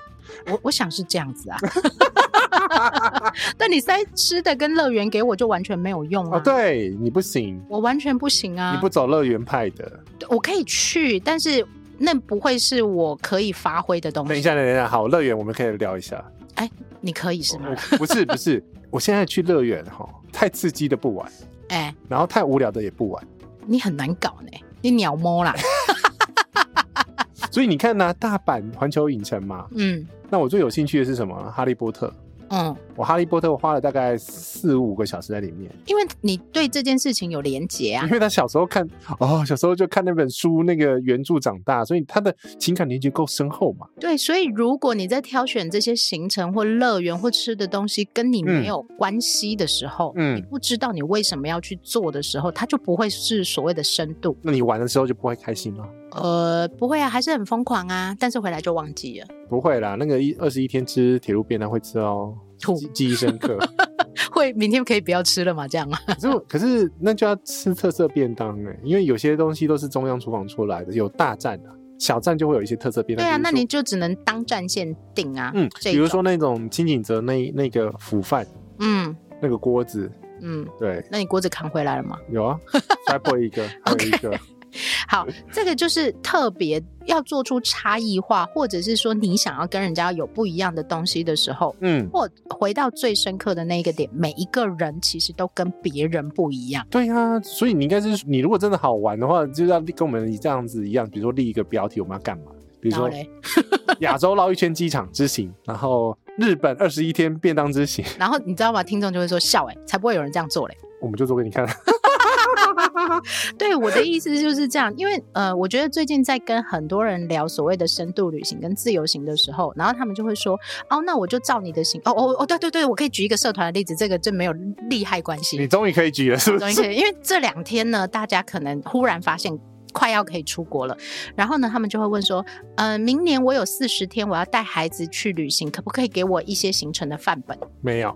我我想是这样 子啊。 但你塞吃的跟乐园给我就完全没有用啊！
哦，，对你不行，
我完全不行啊！
你不走乐园派的，
我可以去，但是那不会是我可以发挥的东西。
等一下，，等一下，好，乐园我们可以聊一下。
你可以是吗？
不是不是，我现在去乐园哈，太刺激的不玩，
哎、
然后太无聊的也不玩，
你很难搞呢，你鸟摸 啦。
所以你看呢、大阪环球影城嘛，
嗯
那我最有兴趣的是什么呢？哈利波特。
嗯，
我哈利波特花了大概四五个小时在里面，
因为你对这件事情有连结啊
因。为他小时候看哦，小时候就看那本书那个原著长大，所以他的情感连接够深厚嘛。
对，所以如果你在挑选这些行程或乐园或吃的东西跟你没有关系的时候，
嗯
你不知道你为什么要去做的时候，它就不会是所谓的深度。
那你玩的时候就不会开心吗？
呃，不会啊，还是很疯狂啊，但是回来就忘记了，
不会啦，那个一二十一天吃铁路便当会吃到
吐
记记忆深刻。
会明天可以不要吃了嘛？这样啊？
可是我可是那就要吃特色便当哎、因为有些东西都是中央厨房出来的，有大站的、小站就会有一些特色便当。
对啊，
比如
那
说
你就只能当战线定啊。
嗯，
这
比如
种
说那种清景泽那那个腐饭
嗯
那个锅子，
嗯，
对，
那你锅子扛回来了吗？
有啊，摔破一个，还有一个。
好，这个就是特别要做出差异化，或者是说你想要跟人家有不一样的东西的时候，
嗯，
或回到最深刻的那一个点，每一个人其实都跟别人不一样。
对啊，所以你应该是你如果真的好玩的话，就要跟我们这样子一样，比如说立一个标题，我们要干嘛？比如
然后
说
嘞，
亚洲绕一圈机场之行，然后日本二十一天便当之行，
然后你知道吗？听众就会说笑哎、才不会有人这样做嘞。
我们就做给你看。
对，我的意思就是这样，因为呃，我觉得最近在跟很多人聊所谓的深度旅行跟自由行的时候，然后他们就会说，哦，那我就照你的行，哦哦哦，对对对，我可以举一个社团的例子，这个真没有利害关系。
你终于可以举了，是不
终于
是？
可 以，因为这两天呢，大家可能忽然发现快要可以出国了，然后呢，他们就会问说，呃，明年我有四十天，我要带孩子去旅行，可不可以给我一些行程的范本？
没有。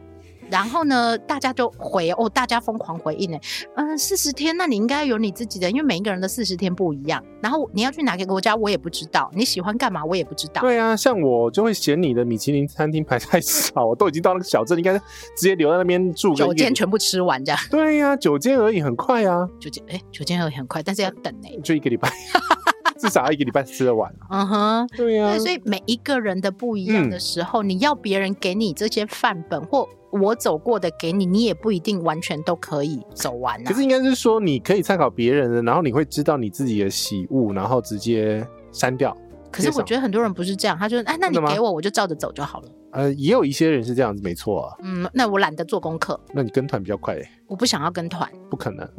然后呢，大家就回哦，大家疯狂回应呢，嗯，四十天，那你应该有你自己的，因为每一个人的四十天不一样。然后你要去哪个国家，我也不知道，你喜欢干嘛，我也不知道。
对啊，像我就会嫌你的米其林餐厅排太少， 我都已经到那个小镇，应该直接留在那边住个
九
一个
间。 全部吃完，这样
对呀、九间而已，很快啊，
九间哎，九间也很快，但是要等欸呢。
就一个礼拜， 至少要一个礼拜吃得完 啊。
嗯哼，
对呀、
对，所以每一个人的不一样
嗯
的时候，你要别人给你这些范本，或我走过的给你，你也不一定完全都可以走完啊
可。是应该是说，你可以参考别人的，然后你会知道你自己的喜恶，然后直接删掉。
可是我觉得很多人不是这样，他就哎，那你
真的吗
给我，我就照着走就好了。
呃，也有一些人是这样子，没错、啊。
嗯，那我懒得做功课，
那你跟团比较快、
我不想要跟团。
不可能、 啊。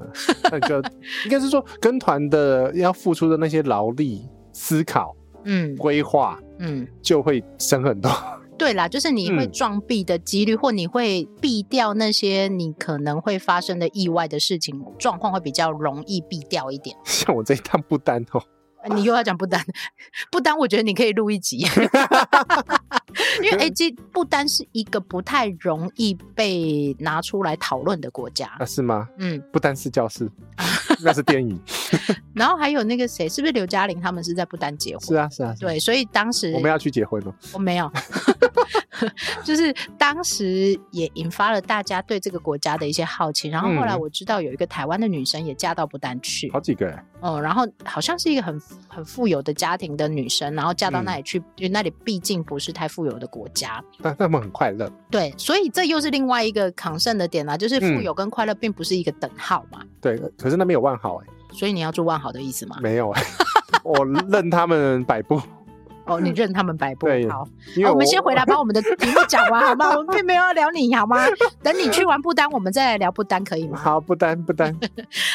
那你就应该是说，跟团的要付出的那些劳力、思考、
嗯
规划，
嗯，
就会省很多。
对啦，就是你会
嗯
撞壁的几率，或你会避掉那些你可能会发生的意外的事情，状况会比较容易避掉一点。
像我这一趟不丹 哦，
呃你又要讲不丹， 不丹，我觉得你可以录一集， 因为 哎，这不丹是一个不太容易被拿出来讨论的国家
啊，，是吗？
嗯，
不丹是教室，那是 电影。
然后还有那个谁，是不是刘嘉玲他们是在不丹结婚？
是啊，是啊，是啊。
对，所以当时
我们要去结婚了。哦
我没有， 就是当时也引发了大家对这个国家的一些好奇。然后后来
嗯
我知道有一个台湾的女生也嫁到不丹去，
好几个欸，
哦，然后好像是一个很很富有的家庭的女生，然后嫁到那
嗯
里去，因为那里毕竟不是太富有的国家。
但他们很快乐。
对，所以这又是另外一个抗胜的点啦、就是富
嗯
有跟快乐并不是一个等号嘛。
对，可是那边有万豪哎，
所以你要住万豪的意思吗？
没有哎， 我任他们摆布，
哦，你任他们摆布。
嗯对
好，
因
哦
为
好我们先回来把我们的题目讲完好吗？我们并没有要聊你好吗？等你去完不丹，我们再来聊不丹，可以吗？
好，不丹不 丹，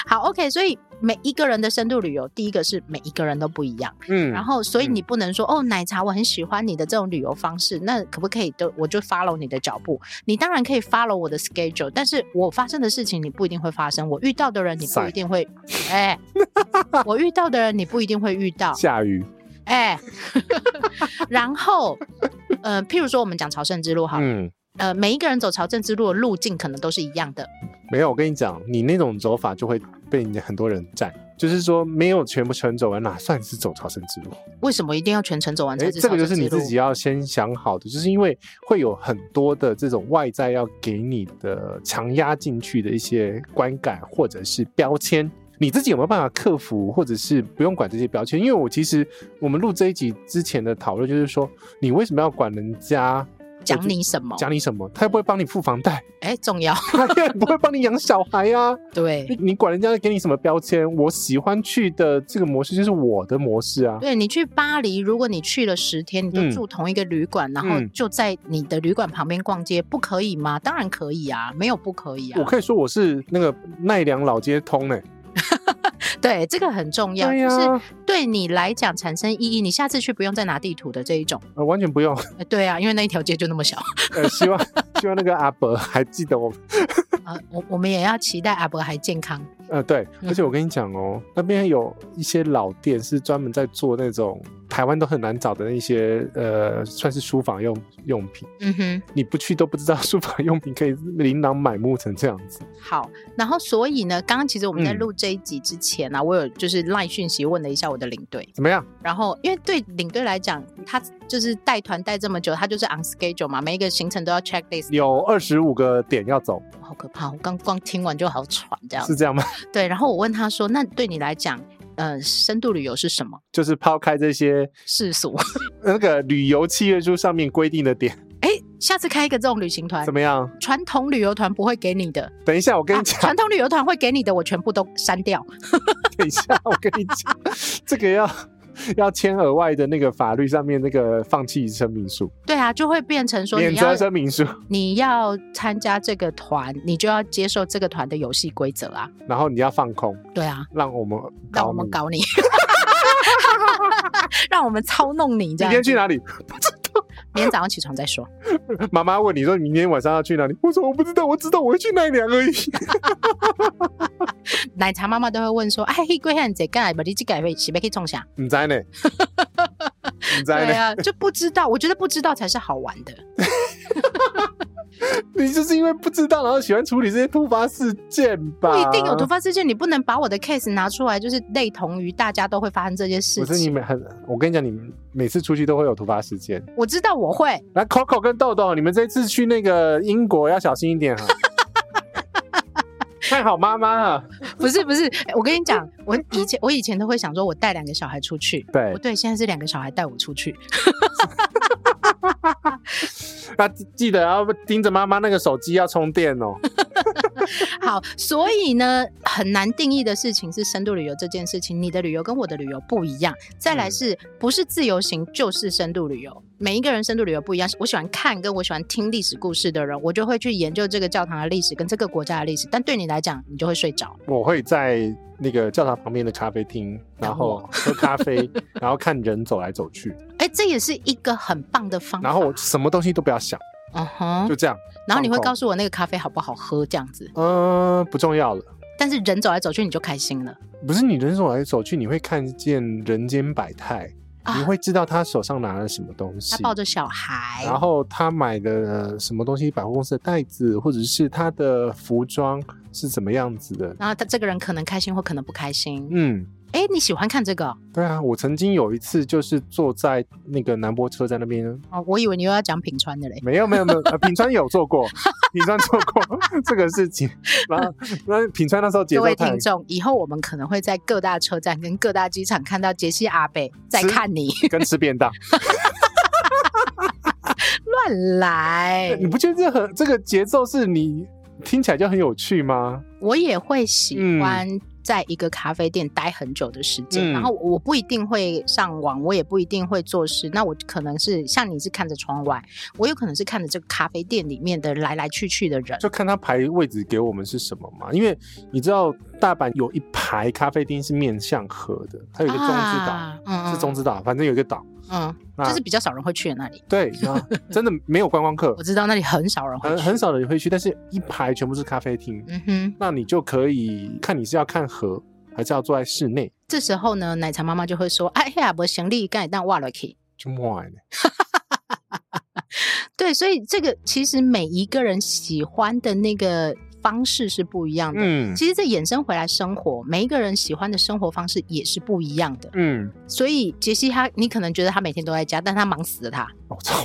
好，OK。所以每一个人的深度旅游，第一个是每一个人都不一样。
嗯，
然后，所以你不能说、哦，奶茶我很喜欢你的这种旅游方式，那可不可以都我就 follow 你的脚步？你当然可以 follow 我的 schedule，但是我发生的事情你不一定会发生，我遇到的人你不
塞
一定会， 哎，我遇到的人你不一定会遇到，
下雨，
哎， 然后。呃，譬如说我们讲朝圣之路哈，
嗯，
呃，每一个人走朝圣之路的路径可能都是一样的，
没有，我跟你讲，你那种走法就会被很多人占。就是说，没有全部全走完，哪算是走朝圣之路？
为什么一定要全程走完才
哎，
是
这
朝
个
圣之路？
就是你自己要先想好的，就是因为会有很多的这种外在要给你的强压进去的一些观感或者是标签，你自己有没有办法克服，或者是不用管这些标签？因为我其实我们录这一集之前的讨论就是说，你为什么要管人家
讲你什么？
讲你什么？他又不会帮你付房贷，
哎，重要。
他也不会帮你养小孩啊。你
对，
你管人家给你什么标签？我喜欢去的这个模式就是我的模式啊。
对你去巴黎，如果你去了十天，你都
嗯
住同一个旅馆，然后
嗯
就在你的旅馆旁边逛街，不可以吗？当然可以啊，没有不可以啊
我。可以说我是那个奈良老街通欸呢、
对，这个很重要，
对
就
呀、
是对你来讲产生意义。你下次去不用再拿地图的这一种。
呃完全不用。
呃对啊，因为那一条街就那么小。
呃，希望 希望那个阿伯还记得我们。
呃，我我们也要期待阿伯还健康。
呃，对，
嗯
而且我跟你讲哦，那边有一些老店是专门在做那种台湾都很难找的那些呃，算是书房用用品。
嗯哼。
你不去都不知道书房用品可以琳琅满目成这样子。
好，然后所以呢，刚刚其实我们在
嗯
录这一集之前呢、我有就是赖讯息问了一下我的领队，
怎么样？
然后因为对领队来讲，他就是带团带这么久，他就是 on schedule 嘛，每一个行程都要 check list，
有二十五个点要走，
好可怕！我刚光听完就好喘这样
是。这样吗？
对，然后我问他说：“那对你来讲，呃，深度旅游是什么
就是抛开这些
世俗？”
那个旅游契约书上面规定的点，
哎，下次开一个这种旅行团
怎，么样？
传统旅游团不会给你的，
等一下，我跟
啊
你讲
传，统旅游团会给你的，我全部都删掉。
等一下，我跟你讲， 这个要要签额外的那个法律上面那个放弃声明书、
对啊，就会变成说
免
你
责
要
声明书，
你要参加这个团，你就要接受这个团的游戏规则啊。
然后你要放空，
对啊，
让我们
让我们
你。
搞你， 让我们操弄你这样
明天。去哪里？
明天早上起床再说。
妈妈问你说你明天晚上要去哪里？我说我不知道，我知道我会去奈良而已。
奶茶妈妈都会问说：“哎，那贵汉在干嘛？你这改会洗被可以种下
你在呢？你？”在
对
呢？
啊，就不知道。我觉得不知道才是好玩 的。
你就是因为不知道，然后喜欢处理这些突发事件吧？
不一定有突发事件，你不能把我的 case 拿出来，就是类同于大家都会发生这件事
不是你
情。
每很，我跟你讲，你每次出去都会有突发事件。
我知道我 会，
那 Coco 跟豆豆，你们这次去那个英国要小心一 点哈，看好妈妈啊。
不是不是，我跟你讲，我以前我以前都会想说，我带两个小孩出去，
对
不，对，现在是两个小孩带我出去，
那记得要盯着妈妈那个手机要充电 哦。
好，所以呢，很难定义的事情是深度旅游这件事情，你的旅游跟我的旅游不一样。再来
嗯
是、不是自由行就是深度旅游？每一个人深度旅游不一样。我喜欢看跟我喜欢听历史故事的人，我就会去研究这个教堂的历史跟这个国家的历史。但对你来讲，你就会睡着。
我会在那个教堂旁边的咖啡厅，然后
哦
喝咖啡， 然后看人走来走去，
哎，这也是一个很棒的方法。
然后我什么东西都不要想，
嗯哼
就，这样。
然后你会
放空
告诉我那个咖啡好不好喝这样子，
嗯、不重要了。
但是人走来走去你就开心了。
不是你人走来走去，你会看见人间百态，
啊
你会知道他手上拿了什么东西。
他抱着小孩，
然后他买的呃什么东西，百货公司的袋子，或者是他的服装是怎么样子的？
然后他这个人可能开心或可能不开心。
嗯，
哎、你喜欢看这个哦？
对啊，我曾经有一次就是坐在那个南波车站那边，
哦，我以为你又要讲品川的嘞。
没有没有没有，呃品川有做过， 品川做过这个事情，然后那品川那时候节
各
奏
位
太
听。众，以后我们可能会在各大车站跟各大机场看到杰西阿贝在
是
看你
跟吃便当，
乱来
你，不觉得这很这个节奏是你听起来就很有趣吗？
我也会喜欢在一个咖啡店待很久的时间，
嗯
然后我不一定会上网，我也不一定会做事，那我可能是像你是看着窗外，我有可能是看着这个咖啡店里面的来来去去的人。
就看他排位置给我们是什么嘛？因为你知道大阪有一排咖啡厅是面向河的，它有一个中之岛，
啊嗯
是中之岛，反正有一个岛。
嗯，
那
就是比较少人会去的那里。
对，然后真的没有观光客
我，知道那里很少人会
很
去。
很少人会去，但是一排全部是咖啡厅，
嗯哼，
那你就可以看你是要看河，还是要坐在室内，
这时候呢，奶茶妈妈就会说：“哎呀，我行李盖当挖了去。”
就莫玩了。
对，所以这个其实每一个人喜欢的那个方式是不一样的。
嗯
其实这衍生回来生活，每一个人喜欢的生活方式也是不一样的。
嗯，
所以杰西他，你可能觉得他每天都在家，但他忙死了他。
我、哦、操，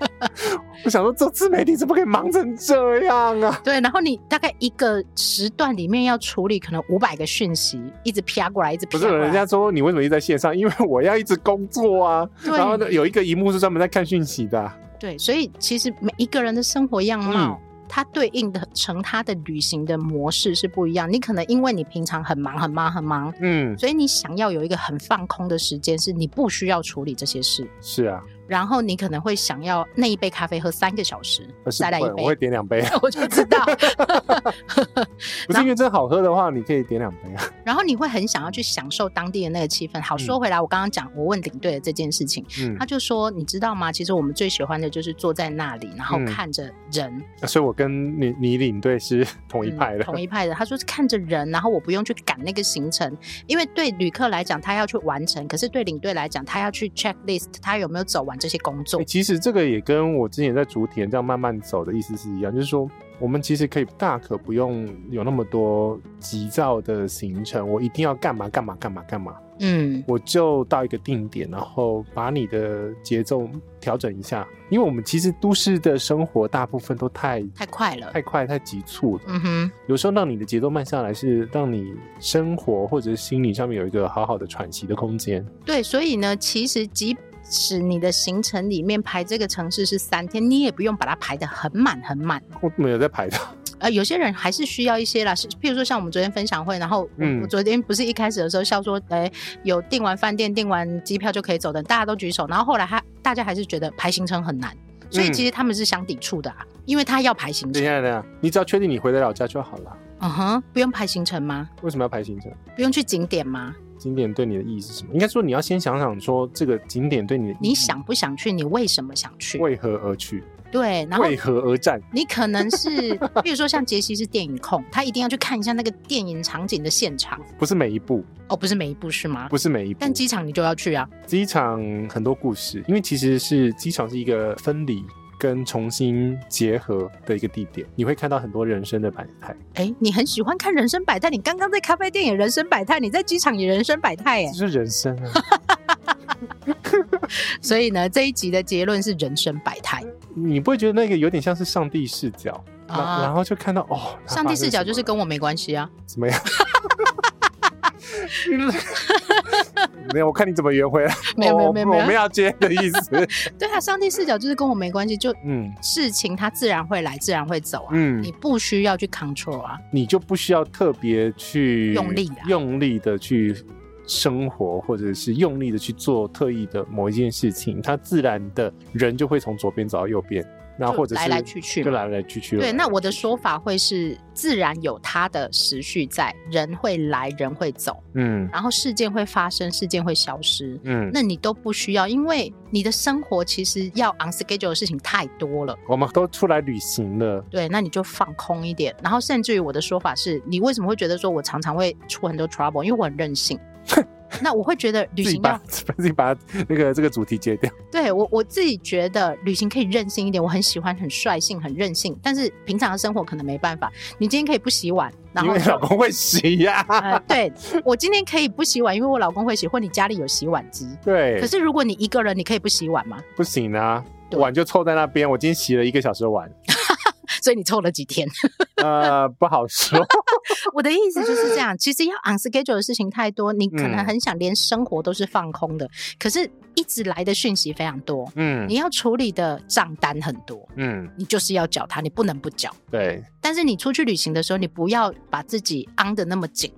我想说，这自媒体怎么可以忙成这样啊？
对，然后你大概一个时段里面要处理可能五百个讯息，一直啪过来，一直
不
啪
是，
过来。
人家说你为什么一直在线上？因为 我要一直工作啊。
对
然后呢，有一个荧幕是专门在看讯息的啊、
对，所以其实每一个人的生活样
嗯
貌，它对应的成他的旅行的模式是不一样。你可能因为你平常很忙很忙很忙，
嗯，
所以你想要有一个很放空的时间，是你不需要处理这些事。
是啊，
然后你可能会想要那一杯咖啡喝三个小时，
不呃是
再来
不
一
会我
杯
会。点两杯啊。
我就知道，
不是因为真好喝的话，你可以点两杯啊。
然后你会很想要去享受当地的那个气氛。好，
嗯
说回来，我刚刚讲我问领队的这件事情，
嗯
他，就说，你知道吗？其实我们最喜欢的就是坐在那里，然后
嗯
看着人，
所以我跟你你领队是 同一
嗯
派的。
同一派的。他说是看着人，然后我不用去赶那个行程，因为对旅客来讲他要去完成，可是对领队来讲他要去 checklist 他有没有走完这些工作
欸。其实这个也跟我之前在竹田这样慢慢走的意思是一样，就是说我们其实可以大可不用有那么多急躁的行程，我一定要干嘛干嘛干嘛干嘛，
嗯，
我就到一个定点，然后把你的节奏调整一下，因为我们其实都市的生活大部分都太
太快了。
太快太急促了，
嗯哼，
有时候让你的节奏慢下来，是让你生活或者是心理上面有一个好好的喘息的空间。
对，所以呢，其实即使你的行程里面排这个城市是三天，你也不用把它排得很满很满。
我没有在排的，
呃，有些人还是需要一些啦，是譬如说像我们昨天分享会，然后我,、
嗯
我昨天不是一开始的时候笑说，哎、有订完饭店、订完机票就可以走的，大家都举手，然后后来他大家还是觉得排行程很难，所以
嗯
其实他们是相抵触的啊，因为他要排行
等一
程，
下等一下，你只要确定你回得了家就好了。
嗯哼，不用排行程吗？
为什么要排行程？
不用去景点吗？
景点对你的意义是什么？应该说你要先想想说这个景点对你的意义
你想不想去？你为什么想去？
为何而去，
对，然后
为何而战？
你可能是，比如说像杰西是电影控，他一定要去看一下那个电影场景的现场，
不是每一步，
哦，不是每一部是吗？
不是每一步。
但机场你就要去啊，
机场很多故事，因为其实是机场是一个分离跟重新结合的一个地点，你会看到很多人生的百态。
哎，你很喜欢看人生百态，你刚刚在咖啡店也人生百态，你在机场也人生百态耶
这。就是人生啊！
所以呢，这一集的结论是人生百态
你不会觉得那个有点像是上帝视角，然、然
啊。
后就看到哦，它
上帝
发生
视角
什么
就是
了
跟我没关系啊，
怎么样？ 没有，我看你怎么圆回来。
没有没有
我
没有没有
哦我们要接的意思。
对啊，上帝视角就是跟我没关系，就
嗯
事情它自然会来，自然会走啊，
嗯
你，不需要去 control 啊，
你就不需要特别去
用力啊啦
用力的去生活，或者是用力的去做特意的某一件事情，它自然的人就会从左边走到右边，然后
就
或者是
来来去去
就
嘛
来来去去了。
对，那我的说法会是自然有它的时序在，人会来，人会走，
嗯
然后事件会发生，事件会消失，
嗯，
那你都不需要，因为你的生活其实要 on schedule 的事情太多了。
我们都出来旅行了，
对，那你就放空一点。然后，甚至于我的说法是，你为什么会觉得说我常常会出很多 trouble？因为我很任性。那我会觉得旅
自己
行啊
把
要
自己把那个这个主题截掉。
对我我自己觉得旅行可以任性一点，我很喜欢很率性、很任性，但是平常的生活可能没办法。你今天可以不洗碗，然
因
后
为
就
老公会洗 呀、
呃，对我今天可以不洗碗，因为我老公会洗，或你家里有洗碗机。
对，
可是如果你一个人，你可以不洗碗吗？
不行啊，
对
碗就凑在那边。我今天洗了一个小时 的碗，
所以你凑了几天？
呃，不 好说。
我的意思就是这样，其实要 on schedule 的事情太多，你可能
啊嗯
很想连生活都是放空的，可是一直来的讯息非常多，
嗯
你要处理的账单很多，
嗯，
你就是要缴它，你不能不缴。
对，
但是你出去旅行的时候，你不要把自己 on 的那么紧。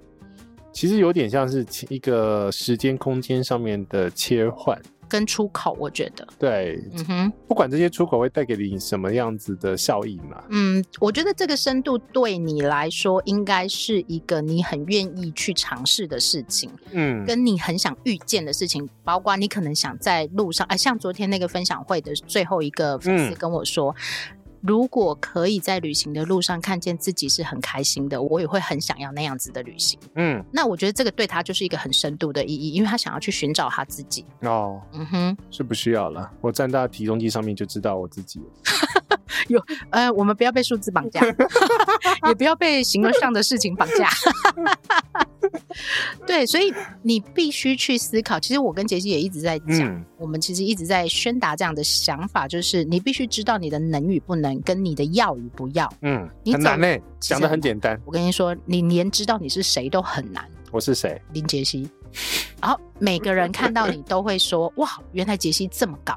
其实有点像是一个时间空间上面的切换。
跟出口，我觉得，
对，
嗯哼，
不管这些出口会带给你什么样子的效益嘛，
嗯，我觉得这个深度对你来说应该是一个你很愿意去尝试的事情。
嗯，
跟你很想遇见的事情，包括你可能想在路上，啊，像昨天那个分享会的最后一个粉丝
嗯
跟我说。如果可以在旅行的路上看见自己是很开心的，我也会很想要那样子的旅行。
嗯
那我觉得这个对他就是一个很深度的意义，因为他想要去寻找他自己。
哦，
嗯哼，
是不需要了。我站到体重机上面就知道我自己了。
有呃，我们不要被数字绑架， 也不要被形而上的事情绑架。 对，所以你必须去思考。其实我跟杰西也一直在讲，
嗯
我们其实一直在宣达这样的想法，就是你必须知道你的能与不能，跟你的要与不要。
嗯，
你
很难
走
呢，
其实
讲的
很
很简单，
我跟你说，你连知道你是谁都很难，
我是谁？
林杰西。然后每个人看到你都会说：“哇，原来杰西这么高。”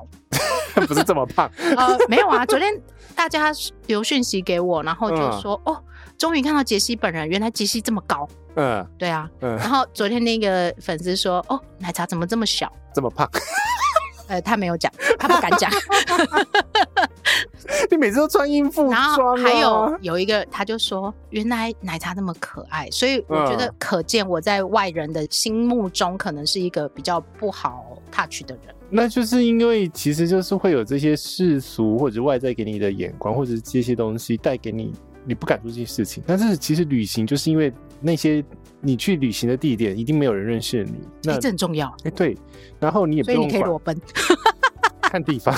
不是这么胖，
呃，没有啊，昨天大家留讯息给我，然后就说、哦，终于看到杰西本人，原来杰西这么高，
嗯
对啊。
嗯，
然后昨天那个粉丝说哦，奶茶怎么这么小？
这么胖，
呃，他没有讲，他不敢讲。
你每次都穿孕妇
然后
装，啊
还有，有一个，他就说原来奶茶那么可爱，所以我觉得
嗯
可见我在外人的心目中可能是一个比较不好 touch 的人。
那就是因为其实就是会有这些世俗或者外在给你的眼光，或者是这些东西带给你你不敢做这些事情。但是其实旅行就是因为那些你去旅行的地点一定没有人认识你，那
哎，这很重要，
哎对，然后你也不
所以
用
你可以
管
裸奔。
看 地方，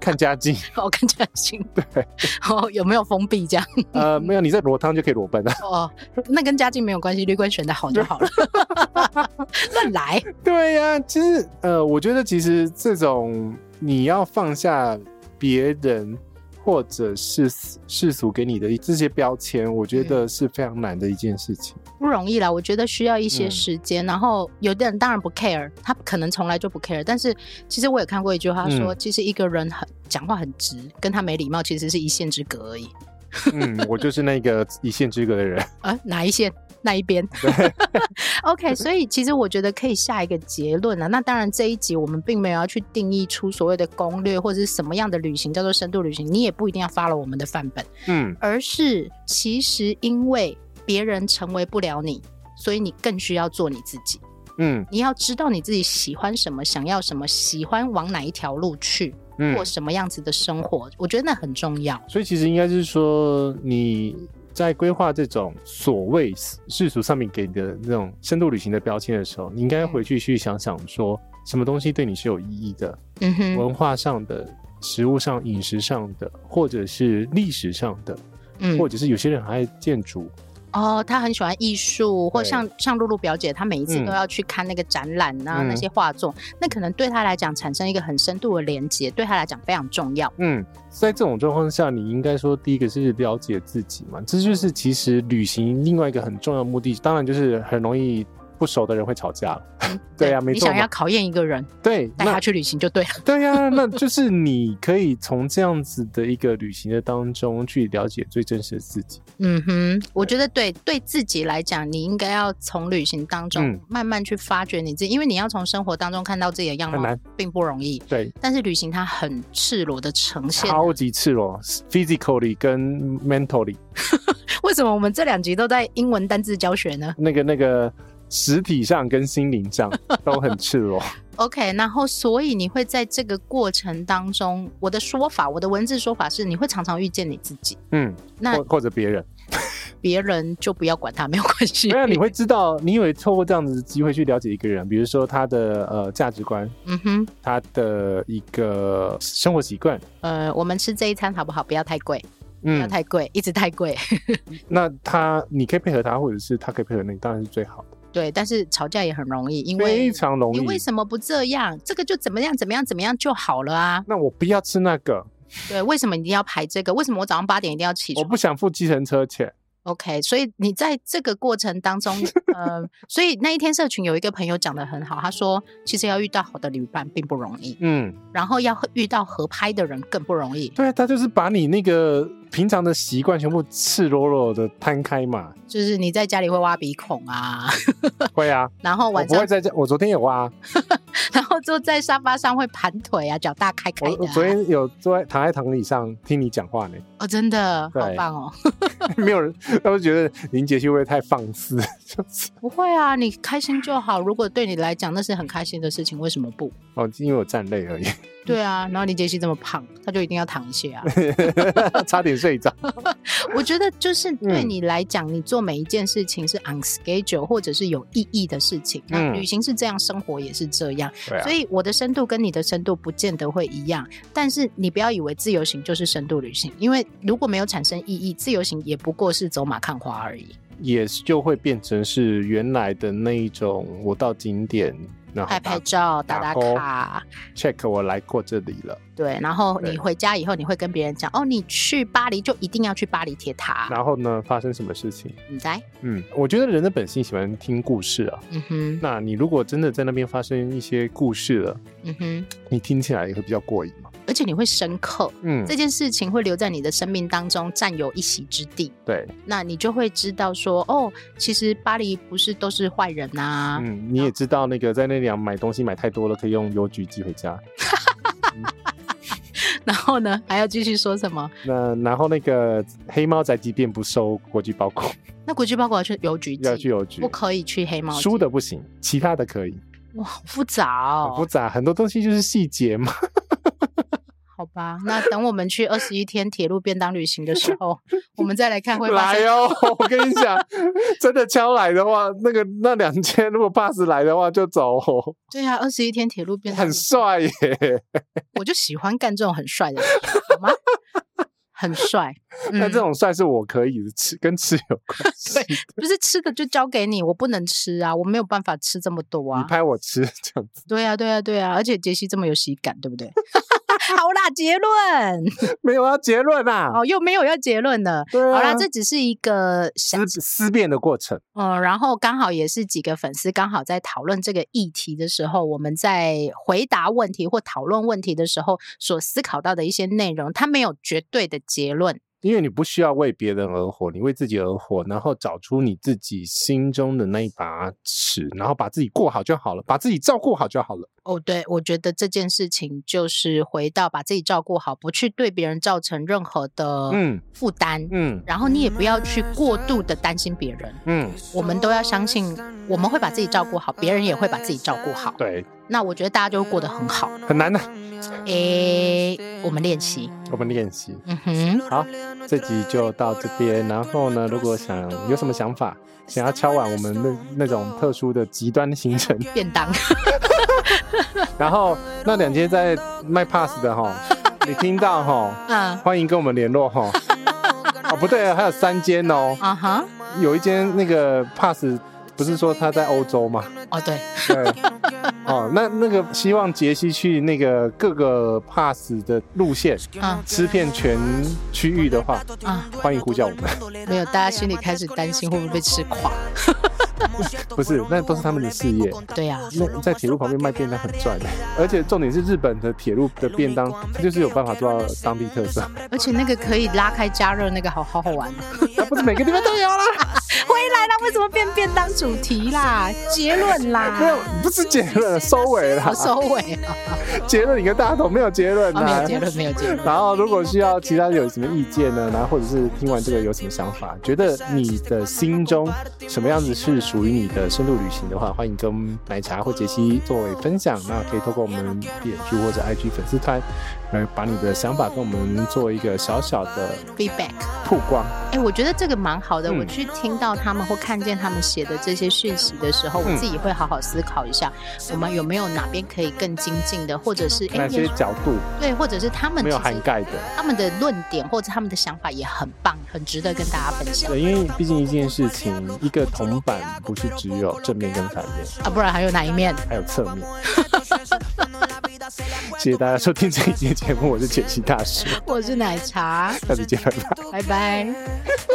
看家境，
我看起来很辛苦，哦，有没有封闭这样？
呃，没有你在裸汤就可以裸奔啊了。
哦，那跟家境没有关系，绿冠选的好就好了， 乱来。
对呀、其实呃，我觉得其实这种你要放下别人或者是世世俗给你的这些标签，我觉得是非常难的一件事情。
不容易啦，我觉得需要一些
嗯
时间。然后有的人当然不 care，他可能从来就不 care。但是其实我也看过一句话说，其实一个人很讲话很直，跟他没礼貌其实是一线之隔而已。
嗯，我就是那个一线之隔的人。
啊，哪一线？那一边 ，OK，所以其实我觉得可以下一个结论啊了。那当然，这一集我们并没有要去定义出所谓的攻略或者是什么样的旅行叫做深度旅行，你也不一定要发了我们的范本。
嗯，
而是其实因为别人成为不了你，所以你更需要做你自己。
嗯
你要知道你自己喜欢什么，想要什么，喜欢往哪一条路去，
嗯
过，什么样子的生活，我觉得那很重要。
所以其实应该是说你。在规划这种所谓世世俗上面给你的那种深度旅行的标签的时候，你应该回去去想想，说什么东西对你是有意义的，
嗯哼，
文化上的、食物上、饮食上的，或者是历史上的，
嗯
或，者是有些人很爱建筑。
哦，他很喜欢艺术，或
对
像像露露表姐，她每一次
嗯
都要去看那个展览啊，那
嗯
些画作，那可能对她来讲产生一个很深度的连接，对她来讲非常重要。
嗯，在这种状况下，你应该说第一个是了解自己嘛，这就是其实旅行另外一个很重要的目的，当然就是很容易。不熟的人会吵架了， 对啊没
嗯你
错
想
嘛
要考验一个人，
对，
带他
那
去旅行就 对了。
对呀、那就是你可以从这样子的一个旅行的当中去了解最真实的自己。
嗯哼，我觉得对对自己来讲，你应该要从旅行当中
嗯
慢慢去发掘你自己，因为你要从生活当中看到自己的样
很
貌
难，
并不容易。
对，
但是旅行它很赤裸的呈现。
超级赤裸，physically 跟 mentally，
为什么我们这两集都在英文单字教学呢
那个那个实体上跟心灵上都很 赤裸。
？OK，然后所以你会在这个过程当中，我的说法，我的文字说法是，你会常常遇见你自己。
嗯，
那
或或者别人，
别人就不要管他，没有关系。
没有啊你会知道，你以为透过这样子的机会去了解一个人，比如说他的呃价值观，
嗯哼，
他的一个生活习惯，
呃，我们吃这一餐好不好？不要太贵，不要
嗯，
太贵，一直太贵。
那他你可以配合他，或者是他可以配合你，当然是最好的，
对，但是吵架也很容易，因为
非常容
你为
易。
什么不这样？这个就怎么样怎么样怎么样就好了啊？
那我不要吃那个，
对，为什么一定要排这个？为什么我早上八点一定要起
我
床
不想付计程车钱。
？OK，所以你在这个过程当中，呃，所以那一天社群有一个朋友讲的很好，他说其实要遇到好的旅伴并不容易，
嗯，
然后要遇到合拍的人更不容易，
对啊，他就是把你那个平常的习惯全部赤裸裸的摊开嘛。
就是你在家里会挖鼻孔啊，
会啊，
然后
我
晚
不会
上，
在家，我昨天有啊，
然后坐在沙发上会盘腿啊，脚大开开
我
的
我
啊、
昨天有坐在躺在躺椅上听你讲话呢。
哦，真的好
对
棒哦！
没有人，他们觉得林杰会不会太放肆？ 就是
不会啊，你开心就好。如果对你来讲那是很开心的事情，为什么不？
哦，因为我站累而已，
对啊，然后林杰西这么胖，他就一定要躺一下、啊。
差点睡着。
我觉得就是对
嗯
你来讲，你做每一件事情是 on schedule 或者是有意义的事情。那
嗯
旅行是这样，生活也是这样，
对啊
所，以我的深度跟你的深度不见得会一样，但是你不要以为自由行就是深度旅行，因为如果没有产生意义，自由行也不过是走马看花而已。
也是就会变成是原来的那一种，我到景点然后
拍
打
拍照、打
打
打
勾
卡，
check 我来过这里了，
对，然后
对
你回家以后，你会跟别人讲，哦，你去巴黎就一定要去巴黎铁塔，
然后呢发生什么事情？
你在，
嗯，我觉得人的本性喜欢听故事啊。
嗯哼，
那你如果真的在那边发生一些故事了，
嗯哼，
你听起来也会比较过瘾嘛。
而且你会深刻，
嗯，
这件事情会留在你的生命当中占有一席之地。
对，
那你就会知道说，哦，其实巴黎不是都是坏人啊呐、
嗯，你也知道那个在那里啊买东西买太多了，可以用邮局寄回家。
然后呢，还要继续说什么？
那然后那个黑猫宅急便不收国际包裹，
那国际包裹要去邮局
要去
寄，
邮局
不。可以去黑猫
书
寄
的不行，其他的可以，
哇，好复杂
很复
哦。
杂，很多东西就是细节嘛。
好吧，那等我们去二十一天铁路便当旅行的时 候，我们再来看会发
来
生。
哦， 我跟你讲，真的敲来的话，那个那两千如果 pass 来的话就走哦，
对啊，二十一天铁路便当旅
很
行，
帅耶。
我就喜欢干这种很帅的 事情，好吗？很帅，嗯
那这种帅是我可以的吃，跟吃有关系。
对不是吃的就交给你，我不能吃啊，我没有办法吃这么多
你
啊。
拍我吃这样子，
对啊，对啊，对啊，而且杰西这么有喜感，对不嗯对？ 好啦，结论
没有要结论啊。
哦，又没有要结论了。
对啊，
好啦，这只是一个想
思思辨的过程。
嗯，然后刚好也是几个粉丝刚好在讨论这个议题的时候，我们在回答问题或讨论问题的时候所思考到的一些内容，它没有绝对的结论。
因为你不需要为别人而活，你为自己而活，然后找出你自己心中的那一把尺，然后把自己过好就好了，把自己照顾好就好了。
哦，对，我觉得这件事情就是回到把自己照顾好，不去对别人造成任何的
嗯
负担，
嗯
然后你也不要去过度的担心别人。
嗯，
我们都要相信，我们会把自己照顾好，别人也会把自己照顾好。
对，
那我觉得大家就会过得很好。
很难的、
诶，我们练习，
我们练习。
嗯哼，
好，这集就到这边。然后呢，如果想有什么想法，想要敲碗我们那那种特殊的极端行程，
便当。
然后那两间在卖 pass 的哈，你听到哈，
嗯
欢迎跟我们联络哈。哦，不对，还有三间哦，
啊哈，
有一间那个 pass 不是说他在欧洲吗？
哦对，
对， 哦，那那个希望杰西去那个各个 pass 的路线
嗯，
吃遍全区域的话，
啊，
欢迎呼叫我们。
没有，大家心里开始担心会不会被吃垮。
不是，那都是他们的事业。
对啊呀、
那在铁路旁边卖便当很赚的，而且重点是日本的铁路的便当，它就是有办法做到当地特色，
而且那个可以拉开加热，那个好好好玩。
它不是每个地方都有啦。
回来啦，为什么变便当主题啦？结论
没有
啦，，
不是结论，收尾啦
我。啊收尾啊，
结论你跟大家同没有结论啊
哦没有
啦。
结论，没有结论。
然后，如果需要其他有什么意见呢？然后或者是听完这个有什么想法，觉得你的心中什么样子是属于你的深度旅行的话，欢迎跟奶茶或杰西作为分享。那可以透过我们脸书或者 IG 粉丝团，来把你的想法跟我们做一个小小的
feedback。
曝光。
哎、我觉得这个蛮好的。我
嗯
去听到他们或看见他们写的这些讯息的时候，我
嗯
自己会好好思考一下，我们有没有哪边可以更精进的，或者是哎、
哪
也
些角度
对，或者是他们
没有
其实
涵盖的？
他们的论点或者他们的想法也很棒，很值得跟大家分享
对，因为毕竟一件事情，一个铜板不是只有正面跟反面，
啊。不然还有哪一面？
还有侧面。 谢谢大家收听这一期的节目，我是解析大师，
我是奶茶，
下次见，拜拜。
拜拜。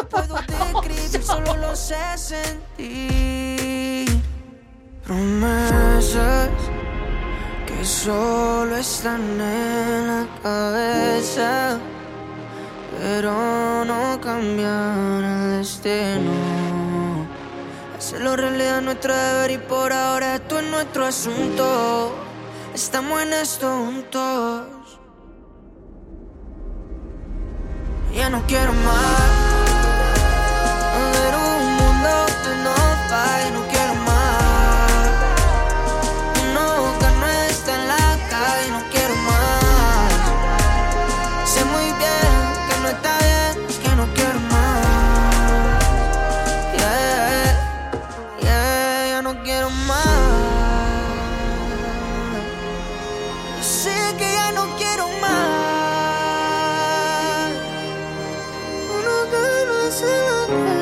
puedo describir, solo lo sé sentir. Promesas que solo están en la cabeza, pero no cambian el destino. Hacerlo realidad es nuestro deber y por ahora esto es nuestro asunto. Estamos en esto juntos. Ya no quiero más. Ver un mundo que no va y no quiero más. Uno que no está en la calle, no quiero más. Sé muy bien que no está bien, que no quiero más. Yeah, yeah, ya no quiero más. Ooh.